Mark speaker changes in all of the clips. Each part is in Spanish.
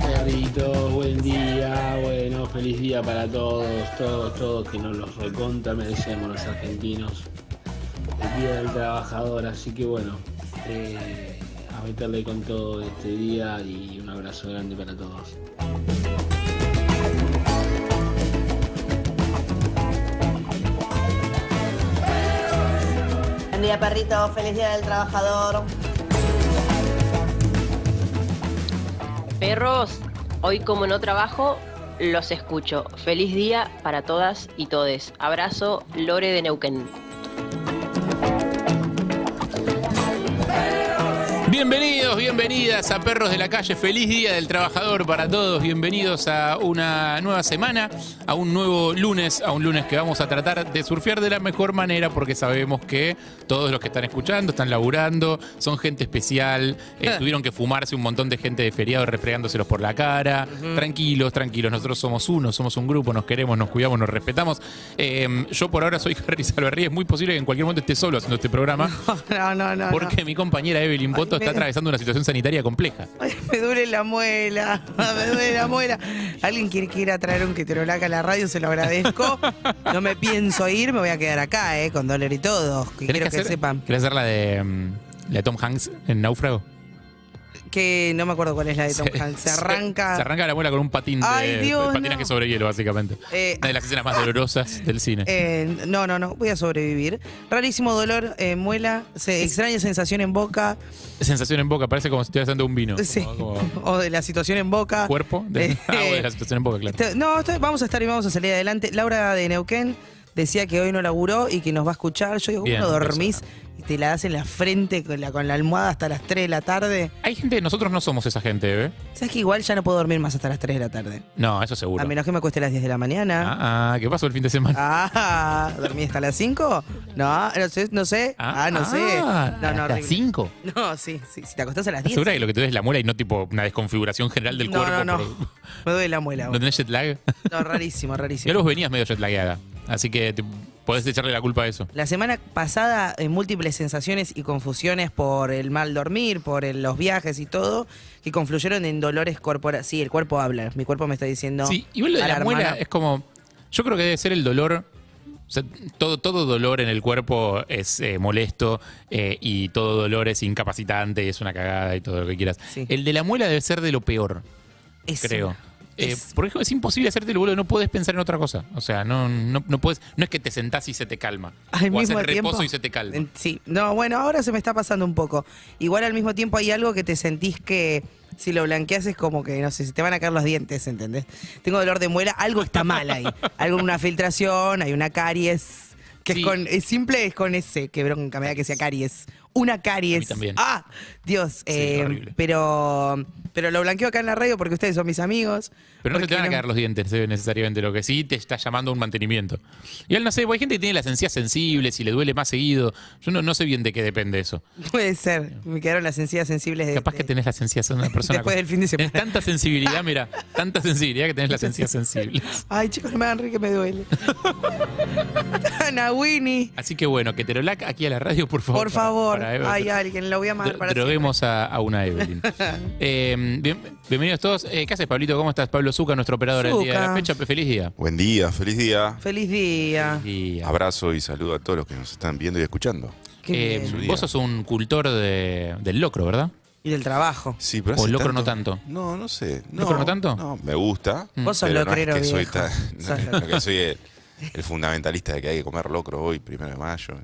Speaker 1: Perritos, buen día, bueno, feliz día para todos, todos, todos que nos los recontra merecemos los argentinos. El día del trabajador, así que bueno, eh, a meterle con todo este día y un abrazo grande para todos.
Speaker 2: Buen día, perrito. Feliz día del trabajador.
Speaker 3: Perros, hoy como no trabajo, los escucho. Feliz día para todas y todes. Abrazo, Lore de Neuquén.
Speaker 4: Bienvenidos, bienvenidas a Perros de la Calle. Feliz Día del Trabajador para todos. Bienvenidos a una nueva semana, a un nuevo lunes, a un lunes que vamos a tratar de surfear de la mejor manera porque sabemos que todos los que están escuchando, están laburando, son gente especial, eh, tuvieron que fumar fumarse un montón de gente de feriado refregándoselos por la cara. Tranquilos, tranquilos. Nosotros somos uno, somos un grupo, nos queremos, nos cuidamos, nos respetamos. Eh, yo por ahora soy Harry Salvarri. Es muy posible que en cualquier momento esté solo haciendo este programa
Speaker 5: No, no, no.
Speaker 4: porque mi compañera Evelyn Boto está
Speaker 5: me-
Speaker 4: atravesando una situación sanitaria compleja.
Speaker 5: no. Ay, me duele la muela, me duele la muela. Alguien quiere que ir a traer un ketorolaca a la radio, se lo agradezco. No me pienso ir, me voy a quedar acá, eh, con dolor y todo. Que quiero que,
Speaker 4: hacer,
Speaker 5: sepan
Speaker 4: ¿Querés hacer la de, mm, la de Tom Hanks en Náufrago?
Speaker 5: que no me acuerdo cuál es la de Tom
Speaker 4: Se-
Speaker 5: Hanks. Se
Speaker 4: se-
Speaker 5: arranca.
Speaker 4: Se arranca la muela con un patín de,
Speaker 5: Ay, Dios,
Speaker 4: de patinaje
Speaker 5: no.
Speaker 4: sobre hielo, básicamente.
Speaker 5: Eh,
Speaker 4: Una de las escenas más dolorosas del cine.
Speaker 5: eh, no, no, no, voy a sobrevivir. Rarísimo dolor, eh, muela, se, extraña sensación en boca,
Speaker 4: Sensación en boca, parece como si estuvieras dando un vino.
Speaker 5: sí,
Speaker 4: Como, como
Speaker 5: o de la situación en boca.
Speaker 4: cuerpo. De,
Speaker 5: Eh, este-
Speaker 4: ah, bueno, la sensación en boca, claro.
Speaker 5: Está- No, está- vamos a estar y vamos a salir adelante. Laura de Neuquén decía que hoy no laburó y que nos va a escuchar. Yo digo, ¿cómo
Speaker 4: Bien,
Speaker 5: no dormís? Y te la das en la frente con la, con la almohada hasta las 3 de la tarde.
Speaker 4: Hay gente, nosotros no somos esa gente, ¿eh?
Speaker 5: ¿Sabes que igual ya no puedo dormir más hasta las 3 de la tarde?
Speaker 4: No, eso seguro.
Speaker 5: A menos que me cueste las 10 de la mañana.
Speaker 4: Ah, ah, ¿qué pasó el fin de semana?
Speaker 5: Ah, ¿dormí hasta las 5? No, no sé. No sé. Ah, no sé.
Speaker 4: ah,
Speaker 5: No, no,
Speaker 4: ¿Hasta
Speaker 5: horrible.
Speaker 4: cinco?
Speaker 5: No, sí, sí. Si te acostás a las
Speaker 4: ¿Estás
Speaker 5: 10.
Speaker 4: segura que lo que te ves es la muela y no tipo una desconfiguración general del
Speaker 5: No,
Speaker 4: cuerpo?
Speaker 5: no, no.
Speaker 4: por-
Speaker 5: Me duele la muela.
Speaker 4: ¿No tenés jet lag?
Speaker 5: No, rarísimo,
Speaker 4: Ya
Speaker 5: rarísimo.
Speaker 4: los venías medio jetlagueada, así que te- podés echarle la culpa a eso.
Speaker 5: La semana pasada, en múltiples sensaciones y confusiones por el mal dormir, por el- los viajes y todo, que confluyeron en dolores corporales. Sí, el cuerpo habla, mi cuerpo me está diciendo.
Speaker 4: Sí, igual lo de la
Speaker 5: "Para,
Speaker 4: muela
Speaker 5: hermana".
Speaker 4: es como. Yo creo que debe ser el dolor. o sea, todo, todo dolor en el cuerpo es eh, molesto eh, y todo dolor es incapacitante y es una cagada y todo lo que quieras.
Speaker 5: Sí.
Speaker 4: El de la muela debe ser de lo peor,
Speaker 5: Es-
Speaker 4: creo. Eh,
Speaker 5: es-
Speaker 4: por ejemplo, es imposible hacerte el boludo, no puedes pensar en otra cosa. O sea, no, no, no puedes, no es que te sentás y se te calma.
Speaker 5: Al
Speaker 4: o
Speaker 5: mismo
Speaker 4: haces
Speaker 5: tiempo-
Speaker 4: reposo y se te calma.
Speaker 5: en- Sí, no, bueno, ahora se me está pasando un poco. Igual al mismo tiempo hay algo que te sentís que si lo blanqueas es como que, no sé, se te van a caer los dientes, ¿entendés? Tengo dolor de muela, algo está mal ahí. Algo, una filtración, hay una caries. Que
Speaker 4: Sí.
Speaker 5: es con, es simple es con ese, que bronca, me da que sea caries. Una caries.
Speaker 4: A mí también.
Speaker 5: Ah, Dios. eh,
Speaker 4: horrible.
Speaker 5: pero, pero lo blanqueo acá en la radio porque ustedes son mis amigos.
Speaker 4: Pero no se
Speaker 5: porque
Speaker 4: te van a caer los dientes eh, necesariamente, lo que sí te está llamando a un mantenimiento. Y él no sé, hay gente que tiene las encías sensibles y le duele más seguido. Yo no, no sé bien de qué depende eso.
Speaker 5: Puede ser, me quedaron las encías sensibles de
Speaker 4: Capaz que
Speaker 5: de-
Speaker 4: tenés las encías de una persona.
Speaker 5: Este, Después
Speaker 4: con-
Speaker 5: del fin de semana.
Speaker 4: Tenés tanta sensibilidad, mira, tanta sensibilidad que tenés las encías sensibles.
Speaker 5: Ay, chicos, no me hagan reír que me duele. Ana Winnie,
Speaker 4: Así que bueno, que te lo lac aquí a la radio, por favor.
Speaker 5: por
Speaker 4: para-
Speaker 5: favor.
Speaker 4: para Eva.
Speaker 5: Ay, alguien, la voy a amar
Speaker 4: Dro-
Speaker 5: para siempre.
Speaker 4: Droguemos a, a una Evelyn. Eh, bien- bienvenidos todos. Eh, ¿Qué haces, Pablito? ¿Cómo estás? Pablo Zuca, nuestro operador del día de la
Speaker 5: Zucca.
Speaker 4: fecha. Feliz día.
Speaker 6: Buen día, feliz día.
Speaker 5: Feliz día.
Speaker 4: Y-
Speaker 6: Abrazo y saludo a todos los que nos están viendo y escuchando.
Speaker 5: Qué
Speaker 4: Eh,
Speaker 5: bien.
Speaker 6: bien.
Speaker 4: vos sos un cultor de- del locro, ¿verdad?
Speaker 5: Y del trabajo.
Speaker 6: Sí, pero
Speaker 4: O
Speaker 6: hace
Speaker 4: locro no tanto.
Speaker 6: No, no sé. No,
Speaker 4: ¿Locro no tanto? Mm.
Speaker 6: No, me gusta.
Speaker 5: Vos sos
Speaker 6: pero
Speaker 5: locrero
Speaker 6: no es que soy
Speaker 5: viejo.
Speaker 6: tan- no,
Speaker 5: Sos
Speaker 6: no que soy el, el fundamentalista de que hay que comer locro hoy, primero de mayo.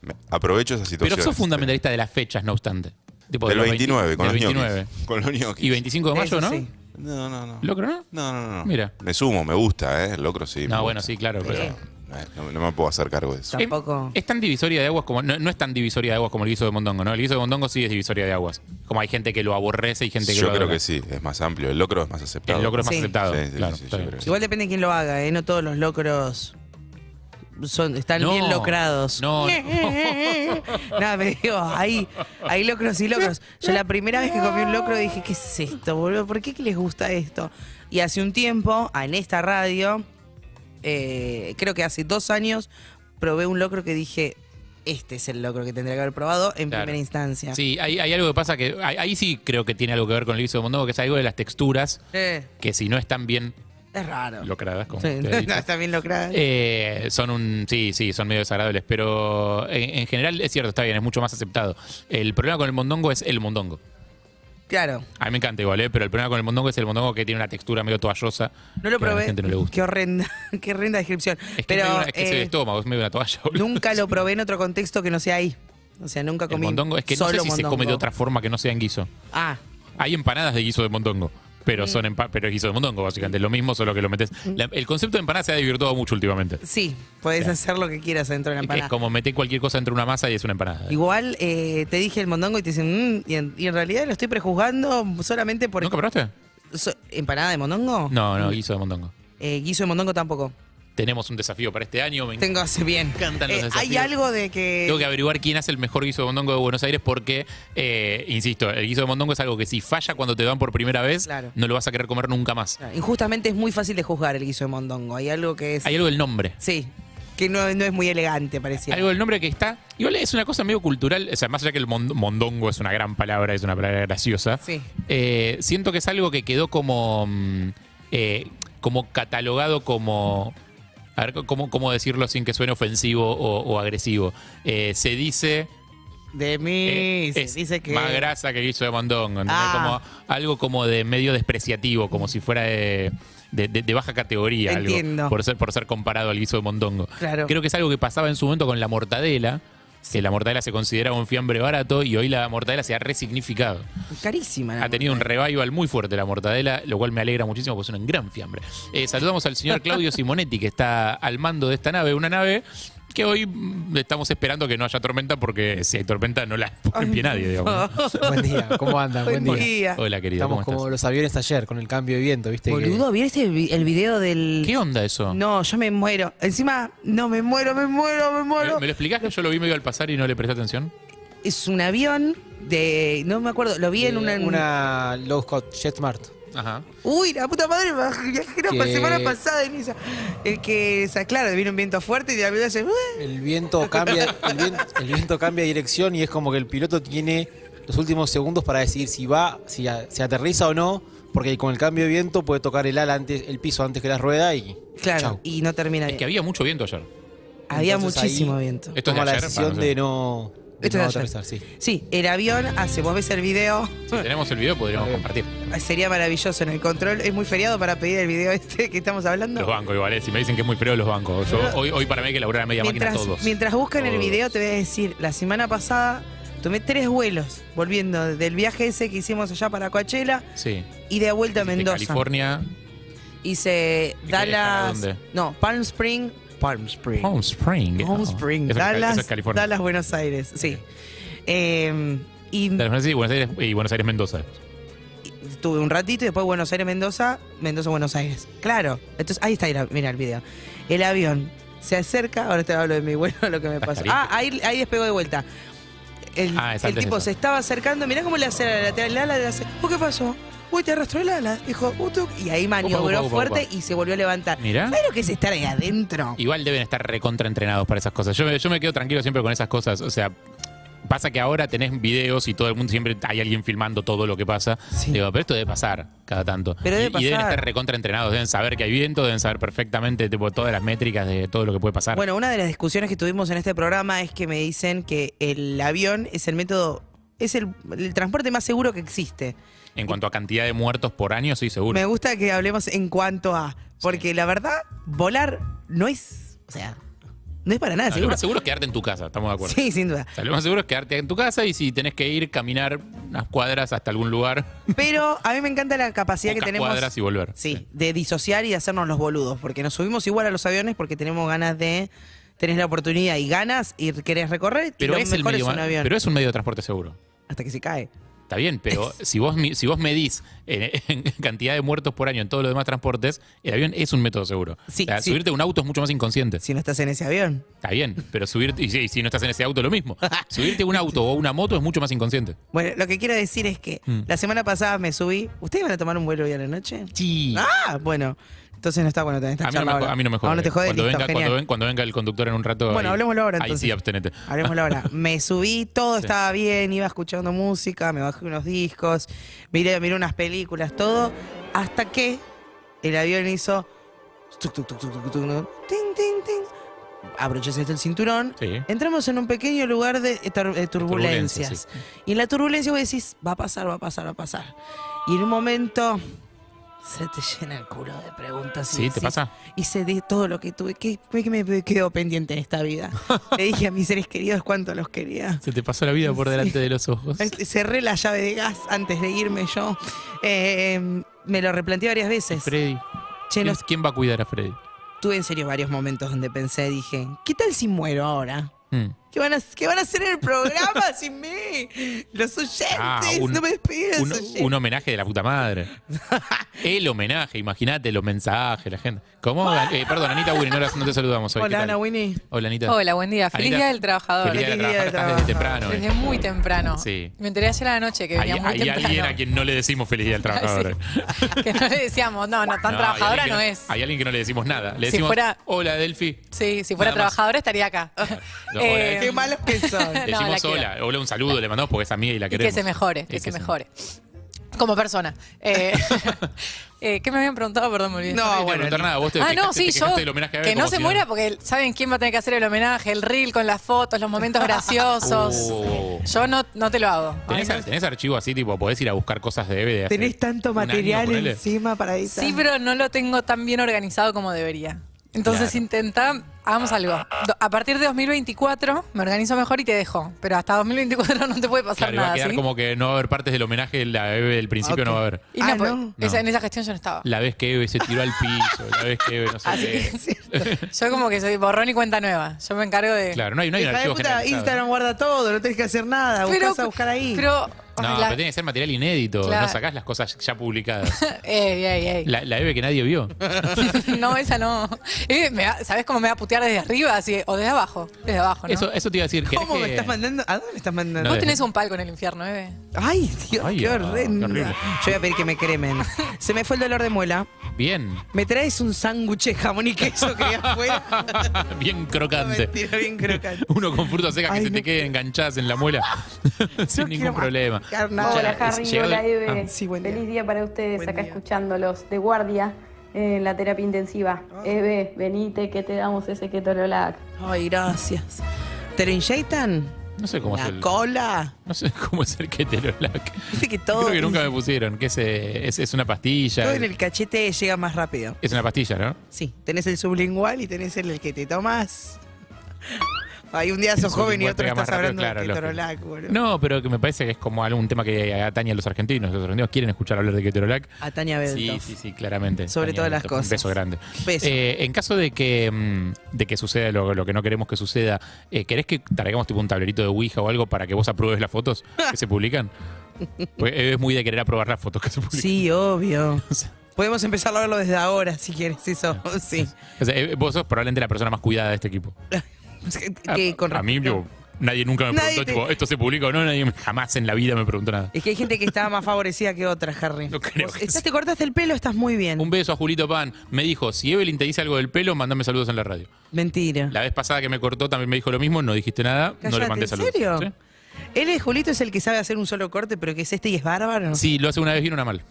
Speaker 6: Me- aprovecho esa situación.
Speaker 4: Pero sos fundamentalista de las fechas, no obstante. Tipo,
Speaker 6: Del
Speaker 4: de los
Speaker 6: 29, con
Speaker 4: del
Speaker 6: los
Speaker 4: 29.
Speaker 6: ñoquis. Con los ñoquis.
Speaker 4: Y 25 de mayo,
Speaker 5: Eso
Speaker 4: ¿no?
Speaker 5: sí.
Speaker 6: No, no, no.
Speaker 4: ¿Locro no?
Speaker 6: No, no, no. no.
Speaker 4: Mira.
Speaker 6: Me sumo, me gusta, ¿eh? El locro sí. me
Speaker 4: no, bueno,
Speaker 6: gusta.
Speaker 4: sí, claro, pero.
Speaker 6: No, Eh, No, no me puedo hacer cargo de eso.
Speaker 4: Es-
Speaker 5: Tampoco.
Speaker 4: Es, tan divisoria de aguas como. No, no es tan divisoria de aguas como el guiso de mondongo, ¿no? El guiso de mondongo sí es divisoria de aguas. Como hay gente que lo aborrece y gente que
Speaker 6: Yo
Speaker 4: lo.
Speaker 6: creo
Speaker 4: adora.
Speaker 6: que sí, es más amplio. El locro es más aceptado.
Speaker 4: El locro es más
Speaker 5: Sí.
Speaker 4: aceptado.
Speaker 6: Sí, sí,
Speaker 4: claro,
Speaker 6: sí, sí,
Speaker 4: está
Speaker 6: yo
Speaker 4: bien.
Speaker 6: creo que sí.
Speaker 5: Igual depende de quién lo haga, ¿eh? No todos los locros son, están
Speaker 4: No,
Speaker 5: bien locrados.
Speaker 4: no,
Speaker 5: Nada, me digo, hay, hay locros y locros. Yo la primera vez que comí un locro dije, ¿qué es esto, boludo? ¿Por qué que les gusta esto? Y hace un tiempo, en esta radio, eh, creo que hace dos años, probé un locro que dije, este es el locro que tendría que haber probado en
Speaker 4: Claro.
Speaker 5: primera instancia.
Speaker 4: Sí, hay, hay algo que pasa que. ahí- ahí sí creo que tiene algo que ver con el guiso de mondongo, que es algo de las texturas
Speaker 5: Eh,
Speaker 4: que si no están bien
Speaker 5: es raro.
Speaker 4: locradas, como
Speaker 5: Sí,
Speaker 4: usted ha dicho,
Speaker 5: no, está bien locrado.
Speaker 4: Eh, son un. Sí, sí, son medio desagradables. Pero en, en general es cierto, está bien, es mucho más aceptado. El problema con el mondongo es el mondongo.
Speaker 5: claro.
Speaker 4: A mí me encanta igual, ¿eh? pero el problema con el mondongo es el mondongo que tiene una textura medio toallosa.
Speaker 5: No lo
Speaker 4: que a
Speaker 5: probé.
Speaker 4: La gente no le gusta.
Speaker 5: Qué horrenda, qué horrenda descripción.
Speaker 4: Es que, es
Speaker 5: Pero
Speaker 4: medio una- es que se
Speaker 5: eh,
Speaker 4: ve estómago, es medio una toalla. boludo.
Speaker 5: nunca lo probé en otro contexto que no sea ahí. O sea, nunca
Speaker 4: El
Speaker 5: comí.
Speaker 4: mondongo es que no sé
Speaker 5: solo
Speaker 4: si se come de
Speaker 5: mondongo.
Speaker 4: otra forma que no sea en guiso.
Speaker 5: Ah,
Speaker 4: Hay empanadas de guiso de mondongo,
Speaker 5: Mm.
Speaker 4: pero son empa- pero es guiso de mondongo, básicamente. Es lo mismo, solo que lo metes. La- el concepto de empanada se ha divirtido mucho últimamente.
Speaker 5: sí, puedes
Speaker 4: Claro.
Speaker 5: hacer lo que quieras dentro de la
Speaker 4: Que es
Speaker 5: empanada.
Speaker 4: como meter cualquier cosa entre una masa y es una empanada.
Speaker 5: Igual eh, te dije el mondongo y te dicen, "Mm", y, en, y en realidad lo estoy prejuzgando solamente por.
Speaker 4: ¿Nunca probaste?
Speaker 5: So- ¿Empanada de mondongo?
Speaker 4: No, no, guiso de mondongo.
Speaker 5: Eh, guiso de mondongo tampoco.
Speaker 4: Tenemos un desafío para este año. Me
Speaker 5: Tengo hace bien.
Speaker 4: encantan los
Speaker 5: Eh,
Speaker 4: desafíos.
Speaker 5: hay algo de que.
Speaker 4: Tengo que averiguar quién hace el mejor guiso de mondongo de Buenos Aires porque, eh, insisto, el guiso de mondongo es algo que si falla cuando te dan por primera vez,
Speaker 5: Claro.
Speaker 4: no lo vas a querer comer nunca más.
Speaker 5: Injustamente es muy fácil de juzgar el guiso de mondongo. Hay algo que es.
Speaker 4: Hay algo del nombre.
Speaker 5: Sí, que no, no es muy elegante, parecía.
Speaker 4: Algo del nombre que está. Igual es una cosa medio cultural. O sea, más allá que el mon- mondongo es una gran palabra, es una palabra graciosa.
Speaker 5: Sí.
Speaker 4: eh, siento que es algo que quedó como. mm, eh, como catalogado como. A ver, ¿cómo, cómo decirlo sin que suene ofensivo o, o agresivo? Eh, se dice.
Speaker 5: De mí,
Speaker 4: eh,
Speaker 5: se
Speaker 4: es
Speaker 5: dice que.
Speaker 4: más grasa que guiso de mondongo. ¿entendés?
Speaker 5: Ah.
Speaker 4: Como algo como de medio despreciativo, como si fuera de, de- de- de baja categoría. algo,
Speaker 5: Entiendo.
Speaker 4: por, ser, por ser comparado al guiso de mondongo.
Speaker 5: Claro.
Speaker 4: Creo que es algo que pasaba en su momento con la mortadela. Que la mortadela se consideraba un fiambre barato y hoy la mortadela se ha resignificado.
Speaker 5: Carísima. la
Speaker 4: Ha tenido un
Speaker 5: mortadela.
Speaker 4: revival muy fuerte la mortadela, lo cual me alegra muchísimo porque es un gran fiambre. Eh, saludamos al señor Claudio Simonetti, que está al mando de esta nave, una nave que hoy mm, estamos esperando que no haya tormenta, porque si hay tormenta no la pone en pie nadie, digamos.
Speaker 7: Buen día, ¿cómo andan? Buen
Speaker 5: Buen
Speaker 7: día.
Speaker 5: día.
Speaker 4: Hola, querido, ¿cómo
Speaker 7: Estamos
Speaker 4: estás?
Speaker 7: como los aviones ayer con el cambio de viento, ¿viste? que-
Speaker 5: Boludo, ¿viste el, vi- el video del.
Speaker 4: ¿Qué onda eso?
Speaker 5: No, yo me muero. Encima, no, me muero, me muero, me
Speaker 4: ¿Me,
Speaker 5: muero.
Speaker 4: me lo explicás que yo lo vi medio al pasar y no le presté atención?
Speaker 5: Es un avión de. No me acuerdo, lo vi en
Speaker 7: eh,
Speaker 5: una.
Speaker 7: una low cost JetSmart.
Speaker 4: Ajá.
Speaker 5: Uy, la puta madre, me viajero para
Speaker 7: Que-
Speaker 5: semana pasada en esa. El que, o sea, claro, vino un viento fuerte y la avión hace.
Speaker 7: El viento cambia, el, vien- el viento cambia de dirección y es como que el piloto tiene los últimos segundos para decidir si va, si a- se aterriza o no, porque con el cambio de viento puede tocar el ala antes, el piso antes que la rueda y
Speaker 5: Claro,
Speaker 7: chau.
Speaker 5: y no termina
Speaker 4: Es que
Speaker 5: bien.
Speaker 4: había mucho viento ayer.
Speaker 5: Había
Speaker 7: Entonces ahí-
Speaker 5: muchísimo viento.
Speaker 4: Esto es de
Speaker 7: Toma la
Speaker 4: ayer,
Speaker 7: decisión
Speaker 4: para, no sé.
Speaker 7: de no, de
Speaker 5: Esto
Speaker 7: no
Speaker 5: es de ayer.
Speaker 7: aterrizar, sí.
Speaker 5: Sí, el avión hace. Vos ves el video.
Speaker 4: Si tenemos el video, podríamos compartir.
Speaker 5: Sería maravilloso en el control. Es muy feriado para pedir el video este que estamos hablando.
Speaker 4: Los bancos, igual, eh, si me dicen que es muy frío, los bancos. Yo, hoy, hoy para mí hay que laburar a media
Speaker 5: mientras,
Speaker 4: máquina todos.
Speaker 5: mientras buscan el
Speaker 4: Todos.
Speaker 5: video, te voy a decir, la semana pasada tomé tres vuelos volviendo del viaje ese que hicimos allá para Coachella
Speaker 4: Sí.
Speaker 5: y de vuelta a
Speaker 4: De
Speaker 5: Mendoza.
Speaker 4: California.
Speaker 5: Hice
Speaker 4: ¿Y qué, para
Speaker 5: Dallas.
Speaker 4: dónde?
Speaker 5: No, Palm Spring. Palm Spring.
Speaker 4: Palm Spring.
Speaker 5: Palm
Speaker 4: Oh.
Speaker 5: Spring,
Speaker 4: Eso es Cali-
Speaker 5: Dallas,
Speaker 4: eso es California.
Speaker 5: Dallas, Buenos Aires, sí. Eh, y
Speaker 4: Dallas, Buenos Aires y Buenos Aires, y Buenos Aires, Mendoza.
Speaker 5: tuve un ratito y después Buenos Aires, Mendoza, Mendoza, Buenos Aires. Claro. Entonces, ahí está, mira, mira el video. El avión se acerca, ahora te hablo de mi vuelo, lo que me
Speaker 4: Estás
Speaker 5: pasó.
Speaker 4: caliente.
Speaker 5: Ah, ahí, ahí despegó de vuelta. El,
Speaker 4: Ah, es
Speaker 5: el
Speaker 4: antes
Speaker 5: tipo
Speaker 4: eso.
Speaker 5: se estaba acercando, mirá cómo le hace la lateral, el ala le hace, "Oh, ¿qué pasó? Uy, te arrastró el ala. Dijo, "Uh, tú". y ahí maniobró
Speaker 4: upa, upa,
Speaker 5: fuerte
Speaker 4: upa.
Speaker 5: y se volvió a levantar.
Speaker 4: Mirá.
Speaker 5: ¿Sabes lo que es estar ahí adentro?
Speaker 4: Igual deben estar recontraentrenados para esas cosas. Yo me, yo me quedo tranquilo siempre con esas cosas. O sea, pasa que ahora tenés videos y todo el mundo siempre hay alguien filmando todo lo que pasa.
Speaker 5: Sí.
Speaker 4: Digo, pero esto debe pasar cada tanto.
Speaker 5: Pero
Speaker 4: y,
Speaker 5: debe
Speaker 4: y deben
Speaker 5: pasar.
Speaker 4: estar recontraentrenados, deben saber que hay viento, deben saber perfectamente tipo, todas las métricas de todo lo que puede pasar.
Speaker 5: Bueno, una de las discusiones que tuvimos en este programa es que me dicen que el avión es el método, es el- el transporte más seguro que existe.
Speaker 4: en cuanto a cantidad de muertos por año, sí, seguro.
Speaker 5: Me gusta que hablemos en cuanto a. Porque la verdad, volar no es. O sea, No es para nada,
Speaker 4: No, Lo
Speaker 5: seguro.
Speaker 4: más seguro es quedarte en tu casa, estamos de acuerdo.
Speaker 5: Sí, sin duda.
Speaker 4: O sea, lo más seguro es quedarte en tu casa y si tenés que ir, caminar unas cuadras hasta algún lugar,
Speaker 5: Pero a mí me encanta la capacidad que
Speaker 4: pocas
Speaker 5: tenemos.
Speaker 4: cuadras y volver.
Speaker 5: Sí, de disociar y de hacernos los boludos, porque nos subimos igual a los aviones porque tenemos ganas de. Tenés la oportunidad y ganas y querés recorrer, y
Speaker 4: Pero
Speaker 5: lo
Speaker 4: es, el
Speaker 5: mejor
Speaker 4: medio,
Speaker 5: es un avión.
Speaker 4: pero es un medio de transporte seguro.
Speaker 5: Hasta que se cae.
Speaker 4: Está bien, pero si vos mi- si vos medís en, en cantidad de muertos por año en todos los demás transportes, el avión es un método seguro.
Speaker 5: Sí,
Speaker 4: O sea,
Speaker 5: sí.
Speaker 4: subirte a un auto es mucho más inconsciente.
Speaker 5: Si no estás en ese avión.
Speaker 4: Está bien, pero subirte y si, y si no estás en ese auto lo mismo. Subirte a un auto o a una moto es mucho más inconsciente.
Speaker 5: Bueno, lo que quiero decir es que
Speaker 4: Mm.
Speaker 5: la semana pasada me subí. ¿Ustedes van a tomar un vuelo hoy a la noche?
Speaker 4: Sí.
Speaker 5: Ah, bueno. Entonces no está bueno tener esta
Speaker 4: A mí, no
Speaker 5: charla
Speaker 4: me, jo-
Speaker 5: ahora.
Speaker 4: a mí no me jode.
Speaker 5: Ah, no te jode,
Speaker 4: cuando,
Speaker 5: listo,
Speaker 4: venga,
Speaker 5: genial.
Speaker 4: cuando, ven- cuando venga el conductor en un rato.
Speaker 5: Bueno,
Speaker 4: ahí-
Speaker 5: hablemoslo ahora,
Speaker 4: Ahí sí,
Speaker 5: entonces.
Speaker 4: abstenete.
Speaker 5: Hablemos ahora. Me subí, todo estaba bien, iba escuchando música, me bajé unos discos, miré, miré unas películas, todo, hasta que el avión hizo. tuc, tuc, tuc, tuc, tuc, tuc, ¿no? Tin, tin, tin. Abrochaste el cinturón.
Speaker 4: Sí.
Speaker 5: Entramos en un pequeño lugar de, eh, tar- eh, turbulencias.
Speaker 4: turbulencias,
Speaker 5: Y en la turbulencia vos decís, va a pasar, va a pasar, va a pasar. Y en un momento se te llena el culo de preguntas. y
Speaker 4: Sí, ¿te
Speaker 5: decís,
Speaker 4: pasa?
Speaker 5: Hice de todo lo que tuve. ¿Qué, qué me quedó pendiente en esta vida? Le dije a mis seres queridos cuánto los quería.
Speaker 4: Se te pasó la vida por delante de los ojos.
Speaker 5: Cerré la llave de gas antes de irme yo. Eh, me lo replanteé varias veces.
Speaker 4: Freddy.
Speaker 5: Che, no,
Speaker 4: ¿quién- ¿Quién va a cuidar a Freddy?
Speaker 5: tuve en serio varios momentos donde pensé, dije, ¿qué tal si muero ahora?
Speaker 4: Mm.
Speaker 5: ¿Qué van, a, qué van a hacer en el programa sin mí? Los oyentes,
Speaker 4: Ah, un-
Speaker 5: no me despidas.
Speaker 4: Un,
Speaker 5: oyentes.
Speaker 4: un homenaje de la puta madre. El homenaje, imagínate los mensajes, la gente. ¿Cómo? Eh, perdón, Anita Winnie, no, las- no te saludamos hoy. ¿qué
Speaker 5: Hola,
Speaker 4: tal?
Speaker 5: Ana Winnie.
Speaker 4: Hola, Anita.
Speaker 8: Hola, buen día. Feliz
Speaker 4: Anita,
Speaker 8: Día del Trabajador.
Speaker 4: Feliz día de
Speaker 5: Feliz Día
Speaker 4: trabajar,
Speaker 5: del
Speaker 4: estás desde temprano.
Speaker 5: Trabajador.
Speaker 4: eh.
Speaker 8: Desde muy temprano.
Speaker 4: Sí.
Speaker 8: Me enteré ayer a la noche que
Speaker 4: Hay,
Speaker 8: venía muy
Speaker 4: hay
Speaker 8: temprano.
Speaker 4: alguien a quien no le decimos feliz día al trabajador.
Speaker 8: que no le decíamos, no, no, tan
Speaker 4: No, hay
Speaker 8: trabajadora
Speaker 4: alguien
Speaker 8: no
Speaker 4: que
Speaker 8: es.
Speaker 4: Hay alguien que no le decimos nada. Le
Speaker 8: Si
Speaker 4: decimos,
Speaker 8: fuera-
Speaker 4: hola, Delphi.
Speaker 8: Sí, si fuera
Speaker 4: Nada más.
Speaker 8: trabajadora estaría acá.
Speaker 4: No,
Speaker 8: Eh,
Speaker 4: hola, Delphi.
Speaker 5: Qué malos que son.
Speaker 4: Le decimos
Speaker 8: la
Speaker 4: hola, hola, un saludo le mandamos porque es amiga y la
Speaker 8: Y
Speaker 4: queremos.
Speaker 8: que se mejore, que,
Speaker 4: Y
Speaker 8: se mejore. Como persona. Eh, eh, ¿Qué me habían preguntado? Perdón, me olvidé.
Speaker 5: No,
Speaker 4: No,
Speaker 5: bueno,
Speaker 4: bueno, nada, vos te
Speaker 8: ah,
Speaker 4: quejaste-
Speaker 8: no, sí,
Speaker 4: te quejaste
Speaker 8: yo.
Speaker 4: del homenaje a Bebe
Speaker 8: Que no
Speaker 4: como
Speaker 8: se
Speaker 4: si
Speaker 8: muera porque saben quién va a tener que hacer el homenaje, el reel con las fotos, los momentos graciosos.
Speaker 4: Oh.
Speaker 8: Yo no, no te lo hago.
Speaker 4: ¿Tenés,
Speaker 8: Ay, no.
Speaker 4: tenés archivo así, tipo, podés ir a buscar cosas de Eve de hace
Speaker 5: Tenés tanto
Speaker 4: un año,
Speaker 5: material
Speaker 4: ponele?
Speaker 5: encima para editar.
Speaker 8: Sí, pero no lo tengo tan bien organizado como debería. Entonces
Speaker 4: Claro.
Speaker 8: intenta, hagamos algo. Do- A partir de 2024 me organizo mejor y te dejo. Pero hasta 2024 no te puede pasar
Speaker 4: Claro, va a
Speaker 8: nada,
Speaker 4: quedar
Speaker 8: ¿sí?
Speaker 4: como que no va a haber partes del homenaje, la Eve del principio
Speaker 5: Ok.
Speaker 4: no va a haber.
Speaker 8: Y
Speaker 5: Ah,
Speaker 8: no, pues,
Speaker 5: ¿no?
Speaker 8: esa-
Speaker 4: No.
Speaker 8: en esa gestión yo no estaba.
Speaker 4: La vez que Eve se tiró al piso, la vez que Eve no sé
Speaker 5: Así que
Speaker 4: qué.
Speaker 5: es cierto.
Speaker 8: Yo como que soy borrón y cuenta nueva. Yo me encargo de...
Speaker 4: Claro, no hay, ¿eh? no hay un
Speaker 5: Hija de
Speaker 4: archivo
Speaker 5: puta,
Speaker 4: generalizado.
Speaker 5: Instagram guarda todo, no tenés que hacer nada, buscás a buscar ahí.
Speaker 8: Pero...
Speaker 4: No,
Speaker 8: la-
Speaker 4: pero tiene que ser material inédito,
Speaker 8: Claro.
Speaker 4: no sacás las cosas ya publicadas.
Speaker 8: Ey, ey, ey.
Speaker 4: La, la Eve que nadie vio.
Speaker 8: no, esa no. Eh, me va- ¿Sabés cómo me va a putear desde arriba? Así, o desde abajo. Desde abajo, ¿no?
Speaker 4: Eso, eso te iba a decir. ¿querés
Speaker 5: ¿Cómo me
Speaker 4: que-
Speaker 5: estás mandando? ¿A dónde me estás mandando?
Speaker 8: Vos
Speaker 4: No,
Speaker 8: tenés un palco en el infierno, bebé.
Speaker 5: Ay, Dios,
Speaker 4: Ay,
Speaker 5: qué
Speaker 4: ah, qué
Speaker 5: horrendo.
Speaker 4: horrible.
Speaker 5: Yo voy a pedir que me cremen. Se me fue el dolor de muela.
Speaker 4: Bien.
Speaker 5: ¿Me traes un sándwich de jamón y queso que hay afuera?
Speaker 4: Bien
Speaker 5: No,
Speaker 4: crocante.
Speaker 5: mentira, bien crocante.
Speaker 4: Uno con frutas secas que
Speaker 5: Ay,
Speaker 4: se te
Speaker 5: no.
Speaker 4: queden enganchadas en la muela. Sin
Speaker 5: No
Speaker 4: ningún
Speaker 5: quiero
Speaker 4: problema.
Speaker 5: mascar nada.
Speaker 4: Ya,
Speaker 9: Hola, Harry.
Speaker 4: es- llegó-
Speaker 9: Hola, Eve.
Speaker 4: Ah,
Speaker 5: sí, buen día.
Speaker 9: Feliz día para ustedes
Speaker 5: Buen
Speaker 9: acá
Speaker 5: día.
Speaker 9: escuchándolos de guardia eh, en la terapia intensiva.
Speaker 8: Ah.
Speaker 9: Eve, venite que te damos ese ketorolac.
Speaker 5: Ay, gracias. ¿Te lo inyectan?
Speaker 4: no sé cómo es
Speaker 5: ¿La
Speaker 4: el.
Speaker 5: cola?
Speaker 4: No sé cómo es el que te lo lac.
Speaker 5: Viste que todo,
Speaker 4: Creo que nunca me pusieron. Que es, eh, es, es una pastilla.
Speaker 5: todo en el cachete llega más rápido.
Speaker 4: Es una pastilla, ¿no?
Speaker 5: Sí, tenés el sublingual y tenés el, el que te tomás. Ay, un día
Speaker 4: El
Speaker 5: sos joven y
Speaker 4: sublingual
Speaker 5: otro
Speaker 4: pega más
Speaker 5: estás
Speaker 4: rápido,
Speaker 5: hablando
Speaker 4: claro,
Speaker 5: de
Speaker 4: lógico.
Speaker 5: ketorolac, boludo.
Speaker 4: No, pero que me parece que es como algún tema que atañe a los argentinos. Los argentinos quieren escuchar hablar de ketorolac.
Speaker 5: A Tania
Speaker 4: Sí,
Speaker 5: Beltoff.
Speaker 4: sí, sí, claramente.
Speaker 5: Sobre
Speaker 4: Tania
Speaker 5: todas las
Speaker 4: Beltoff, Un
Speaker 5: cosas.
Speaker 4: beso grande.
Speaker 5: Beso.
Speaker 4: Eh, en caso de que, mm, de que suceda lo, lo que no queremos que suceda, eh, ¿querés que traigamos tipo un tablerito de Ouija o algo para que vos apruebes las fotos que se publican? Pues es muy de querer aprobar las fotos que se publican.
Speaker 5: Sí, obvio. Podemos empezar a verlo desde ahora, si quieres, eso. Sí.
Speaker 4: O sea, eh, vos sos probablemente la persona más cuidada de este equipo.
Speaker 5: Que con
Speaker 4: a Ah, mí,
Speaker 5: respecto-
Speaker 4: yo, nadie nunca me
Speaker 5: Nadie
Speaker 4: preguntó,
Speaker 5: te-
Speaker 4: tipo, ¿esto se publica o no? Nadie jamás en la vida me preguntó nada.
Speaker 5: Es que hay gente que está más favorecida que otra, Harry.
Speaker 4: No creo
Speaker 5: Vos
Speaker 4: que
Speaker 5: estás- te cortaste el pelo, estás muy bien.
Speaker 4: Un beso a Julito Pan. Me dijo, si Evelyn te dice algo del pelo, mandame saludos en la radio.
Speaker 5: Mentira.
Speaker 4: La vez pasada que me cortó también me dijo lo mismo, no dijiste nada, no le
Speaker 5: Cállate,
Speaker 4: mandé
Speaker 5: ¿en
Speaker 4: saludos.
Speaker 5: serio?
Speaker 4: ¿Sí?
Speaker 5: Él es Julito, es el que sabe hacer un solo corte, pero que es este y es bárbaro.
Speaker 4: Sí, lo hace una vez bien, una mal.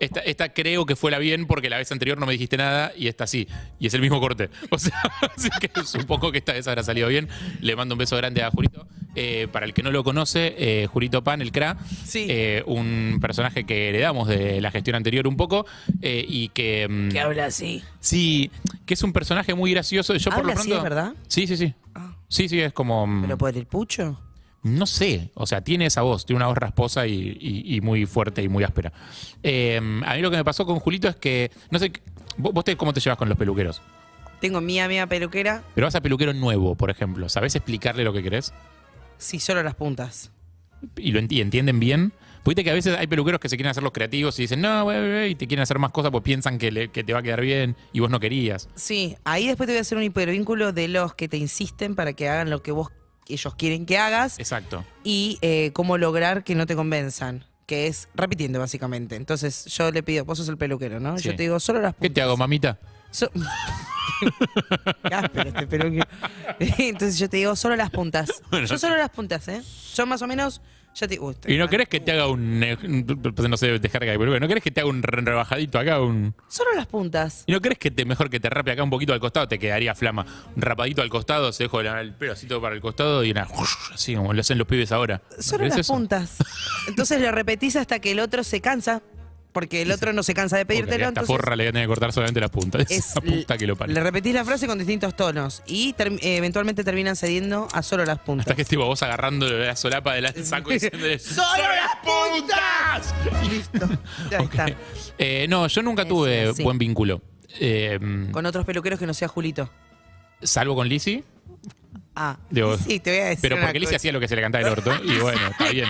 Speaker 4: Esta, esta creo que fue la bien porque la vez anterior no me dijiste nada y esta sí. Y es el mismo corte. O sea, así que supongo que esta vez habrá salido bien. Le mando un beso grande a Jurito. Eh, para el que no lo conoce, eh, Jurito Pan, el CRA,
Speaker 5: Sí.
Speaker 4: eh, un personaje que heredamos de la gestión anterior un poco eh, y que... mm,
Speaker 5: Que habla así.
Speaker 4: Sí, que es un personaje muy gracioso. Yo por lo
Speaker 5: ¿Habla
Speaker 4: pronto. Ah.
Speaker 5: así, es verdad?
Speaker 4: Sí, sí, sí. Sí, sí, es como. mm,
Speaker 5: ¿Pero puede el pucho?
Speaker 4: No sé, o sea, tiene esa voz, tiene una voz rasposa y, y- y muy fuerte y muy áspera. Eh, a mí lo que me pasó con Julito es que, no sé, vos, vos te- cómo te llevas con los peluqueros,
Speaker 5: Tengo mía, mía peluquera.
Speaker 4: pero vas a peluquero nuevo, por ejemplo, ¿sabés explicarle lo que querés?
Speaker 5: Sí, solo las puntas.
Speaker 4: y lo ent- y entienden bien. Viste que a veces hay peluqueros que se quieren hacer los creativos y dicen, no, wey, wey, wey", y te quieren hacer más cosas porque piensan que, le- que te va a quedar bien y vos no querías.
Speaker 5: Sí, ahí después te voy a hacer un hipervínculo de los que te insisten para que hagan lo que vos ellos quieren que hagas
Speaker 4: Exacto.
Speaker 5: y eh, cómo lograr que no te convenzan, que es repitiendo básicamente. Entonces yo le pido, vos sos el peluquero, ¿no?
Speaker 4: Sí.
Speaker 5: Yo te digo, solo las
Speaker 4: ¿Qué te hago, mamita?
Speaker 5: So- Qué áspero este peluquero. Entonces yo te digo, solo las puntas.
Speaker 4: Bueno.
Speaker 5: Yo solo las puntas, ¿eh? Yo más o menos, ya te... Uy, estoy
Speaker 4: Y no
Speaker 5: mal.
Speaker 4: querés que te haga un. eh, pues No sé, descarga de peluquero. No querés que te haga un re- rebajadito acá, un.
Speaker 5: Solo las puntas.
Speaker 4: Y no crees que te mejor que te rape acá un poquito al costado, te quedaría flama. Un rapadito al costado, se dejo la- el pedacito para el costado y una. Así como lo hacen los pibes ahora. ¿No
Speaker 5: Solo
Speaker 4: querés
Speaker 5: las
Speaker 4: eso?
Speaker 5: puntas. Entonces lo repetís hasta que el otro se cansa, porque el otro no se cansa de
Speaker 4: Porque
Speaker 5: pedírtelo.
Speaker 4: Esta
Speaker 5: Entonces
Speaker 4: forra le voy a tener que cortar solamente las puntas.
Speaker 5: es-
Speaker 4: Esa puta que lo parió.
Speaker 5: le repetís la frase con distintos tonos y term- eh, eventualmente terminan cediendo a solo las puntas.
Speaker 4: Hasta que es tipo vos agarrando la solapa del saco y diciéndole
Speaker 5: ¡Solo las puntas! Listo. Ya está.
Speaker 4: Eh, no, yo nunca
Speaker 5: Sí,
Speaker 4: tuve
Speaker 5: sí, sí.
Speaker 4: buen vínculo. Eh, mm,
Speaker 5: Con otros peluqueros que no sea Julito.
Speaker 4: salvo con Lizzie.
Speaker 5: Ah,
Speaker 4: Digo,
Speaker 5: sí, te voy a decir.
Speaker 4: Pero
Speaker 5: una
Speaker 4: porque Lizzie
Speaker 5: cosa.
Speaker 4: hacía lo que se le cantaba el orto. Y bueno, está bien.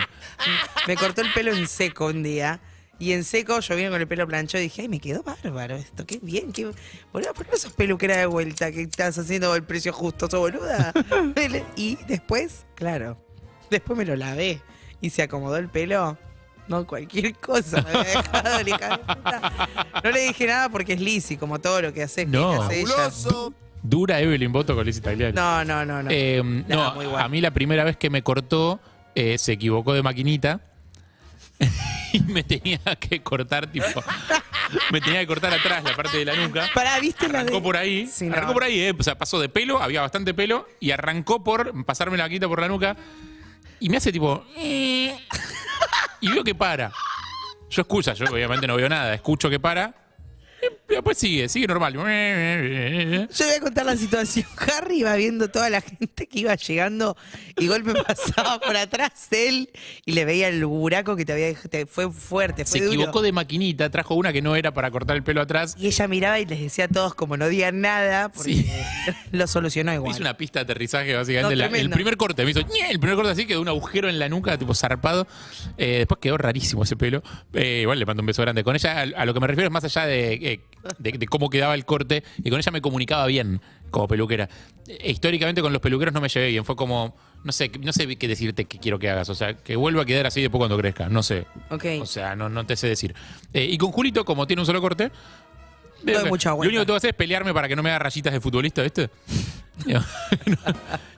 Speaker 5: Me cortó el pelo en seco un día. Y en seco yo vine con el pelo planchado y dije, ay, me quedó bárbaro esto, qué bien, qué... Boluda, ¿por qué no sos peluquera de vuelta que estás haciendo el precio justo, sos boluda? y después, claro, después me lo lavé y se acomodó el pelo. No, cualquier cosa me había dejado la hija de puta. No le dije nada porque es Lizzy, como todo lo que haces.
Speaker 4: No.
Speaker 5: ella.
Speaker 4: Dura Evelyn Boto con Lizzie Tagliani.
Speaker 5: No, no, no, no.
Speaker 4: Eh, no,
Speaker 5: Nada, muy guay.
Speaker 4: a mí la primera vez que me cortó, eh, se equivocó de maquinita. y me tenía que cortar, tipo. me tenía que cortar atrás la parte de la nuca.
Speaker 5: Pará, ¿viste la
Speaker 4: Arrancó
Speaker 5: de-
Speaker 4: por ahí.
Speaker 5: Sí, no.
Speaker 4: arrancó por ahí, eh. O sea, pasó de pelo, había bastante pelo, y arrancó por pasarme la maquinita por la nuca. Y me hace tipo. "Eh". y veo que para. Yo escucha, yo obviamente no veo nada, escucho que para. Y después sigue, sigue normal.
Speaker 5: Yo voy a contar la situación. Harry iba viendo toda la gente que iba llegando y golpe pasaba por atrás de él y le veía el buraco que te había dejado. Te- Fue fuerte, fue
Speaker 4: Se
Speaker 5: duro.
Speaker 4: equivocó de maquinita, trajo una que no era para cortar el pelo atrás.
Speaker 5: Y ella miraba y les decía a todos como no digan nada porque
Speaker 4: Sí.
Speaker 5: lo solucionó igual.
Speaker 4: Hizo una pista de aterrizaje, básicamente.
Speaker 5: No,
Speaker 4: la- el
Speaker 5: tremendo.
Speaker 4: primer corte me hizo. "Ñe", El primer corte así quedó un agujero en la nuca, tipo zarpado. Eh, después quedó rarísimo ese pelo. Eh, igual le mando un beso grande. Con ella, a, a lo que me refiero es más allá de, eh, de- de cómo quedaba el corte, y con ella me comunicaba bien como peluquera. Eh, históricamente con los peluqueros no me llevé bien. Fue como. No sé, no sé qué decirte que quiero que hagas. O sea, que vuelva a quedar así después cuando crezca. No sé.
Speaker 5: Ok.
Speaker 4: O sea, no, no te sé decir. Eh, y con Julito, como tiene un solo corte, veo
Speaker 5: Doy
Speaker 4: que-
Speaker 5: mucha
Speaker 4: lo
Speaker 5: vuelta.
Speaker 4: único que tengo que hacer es pelearme para que no me haga rayitas de futbolista, ¿viste? Y hago-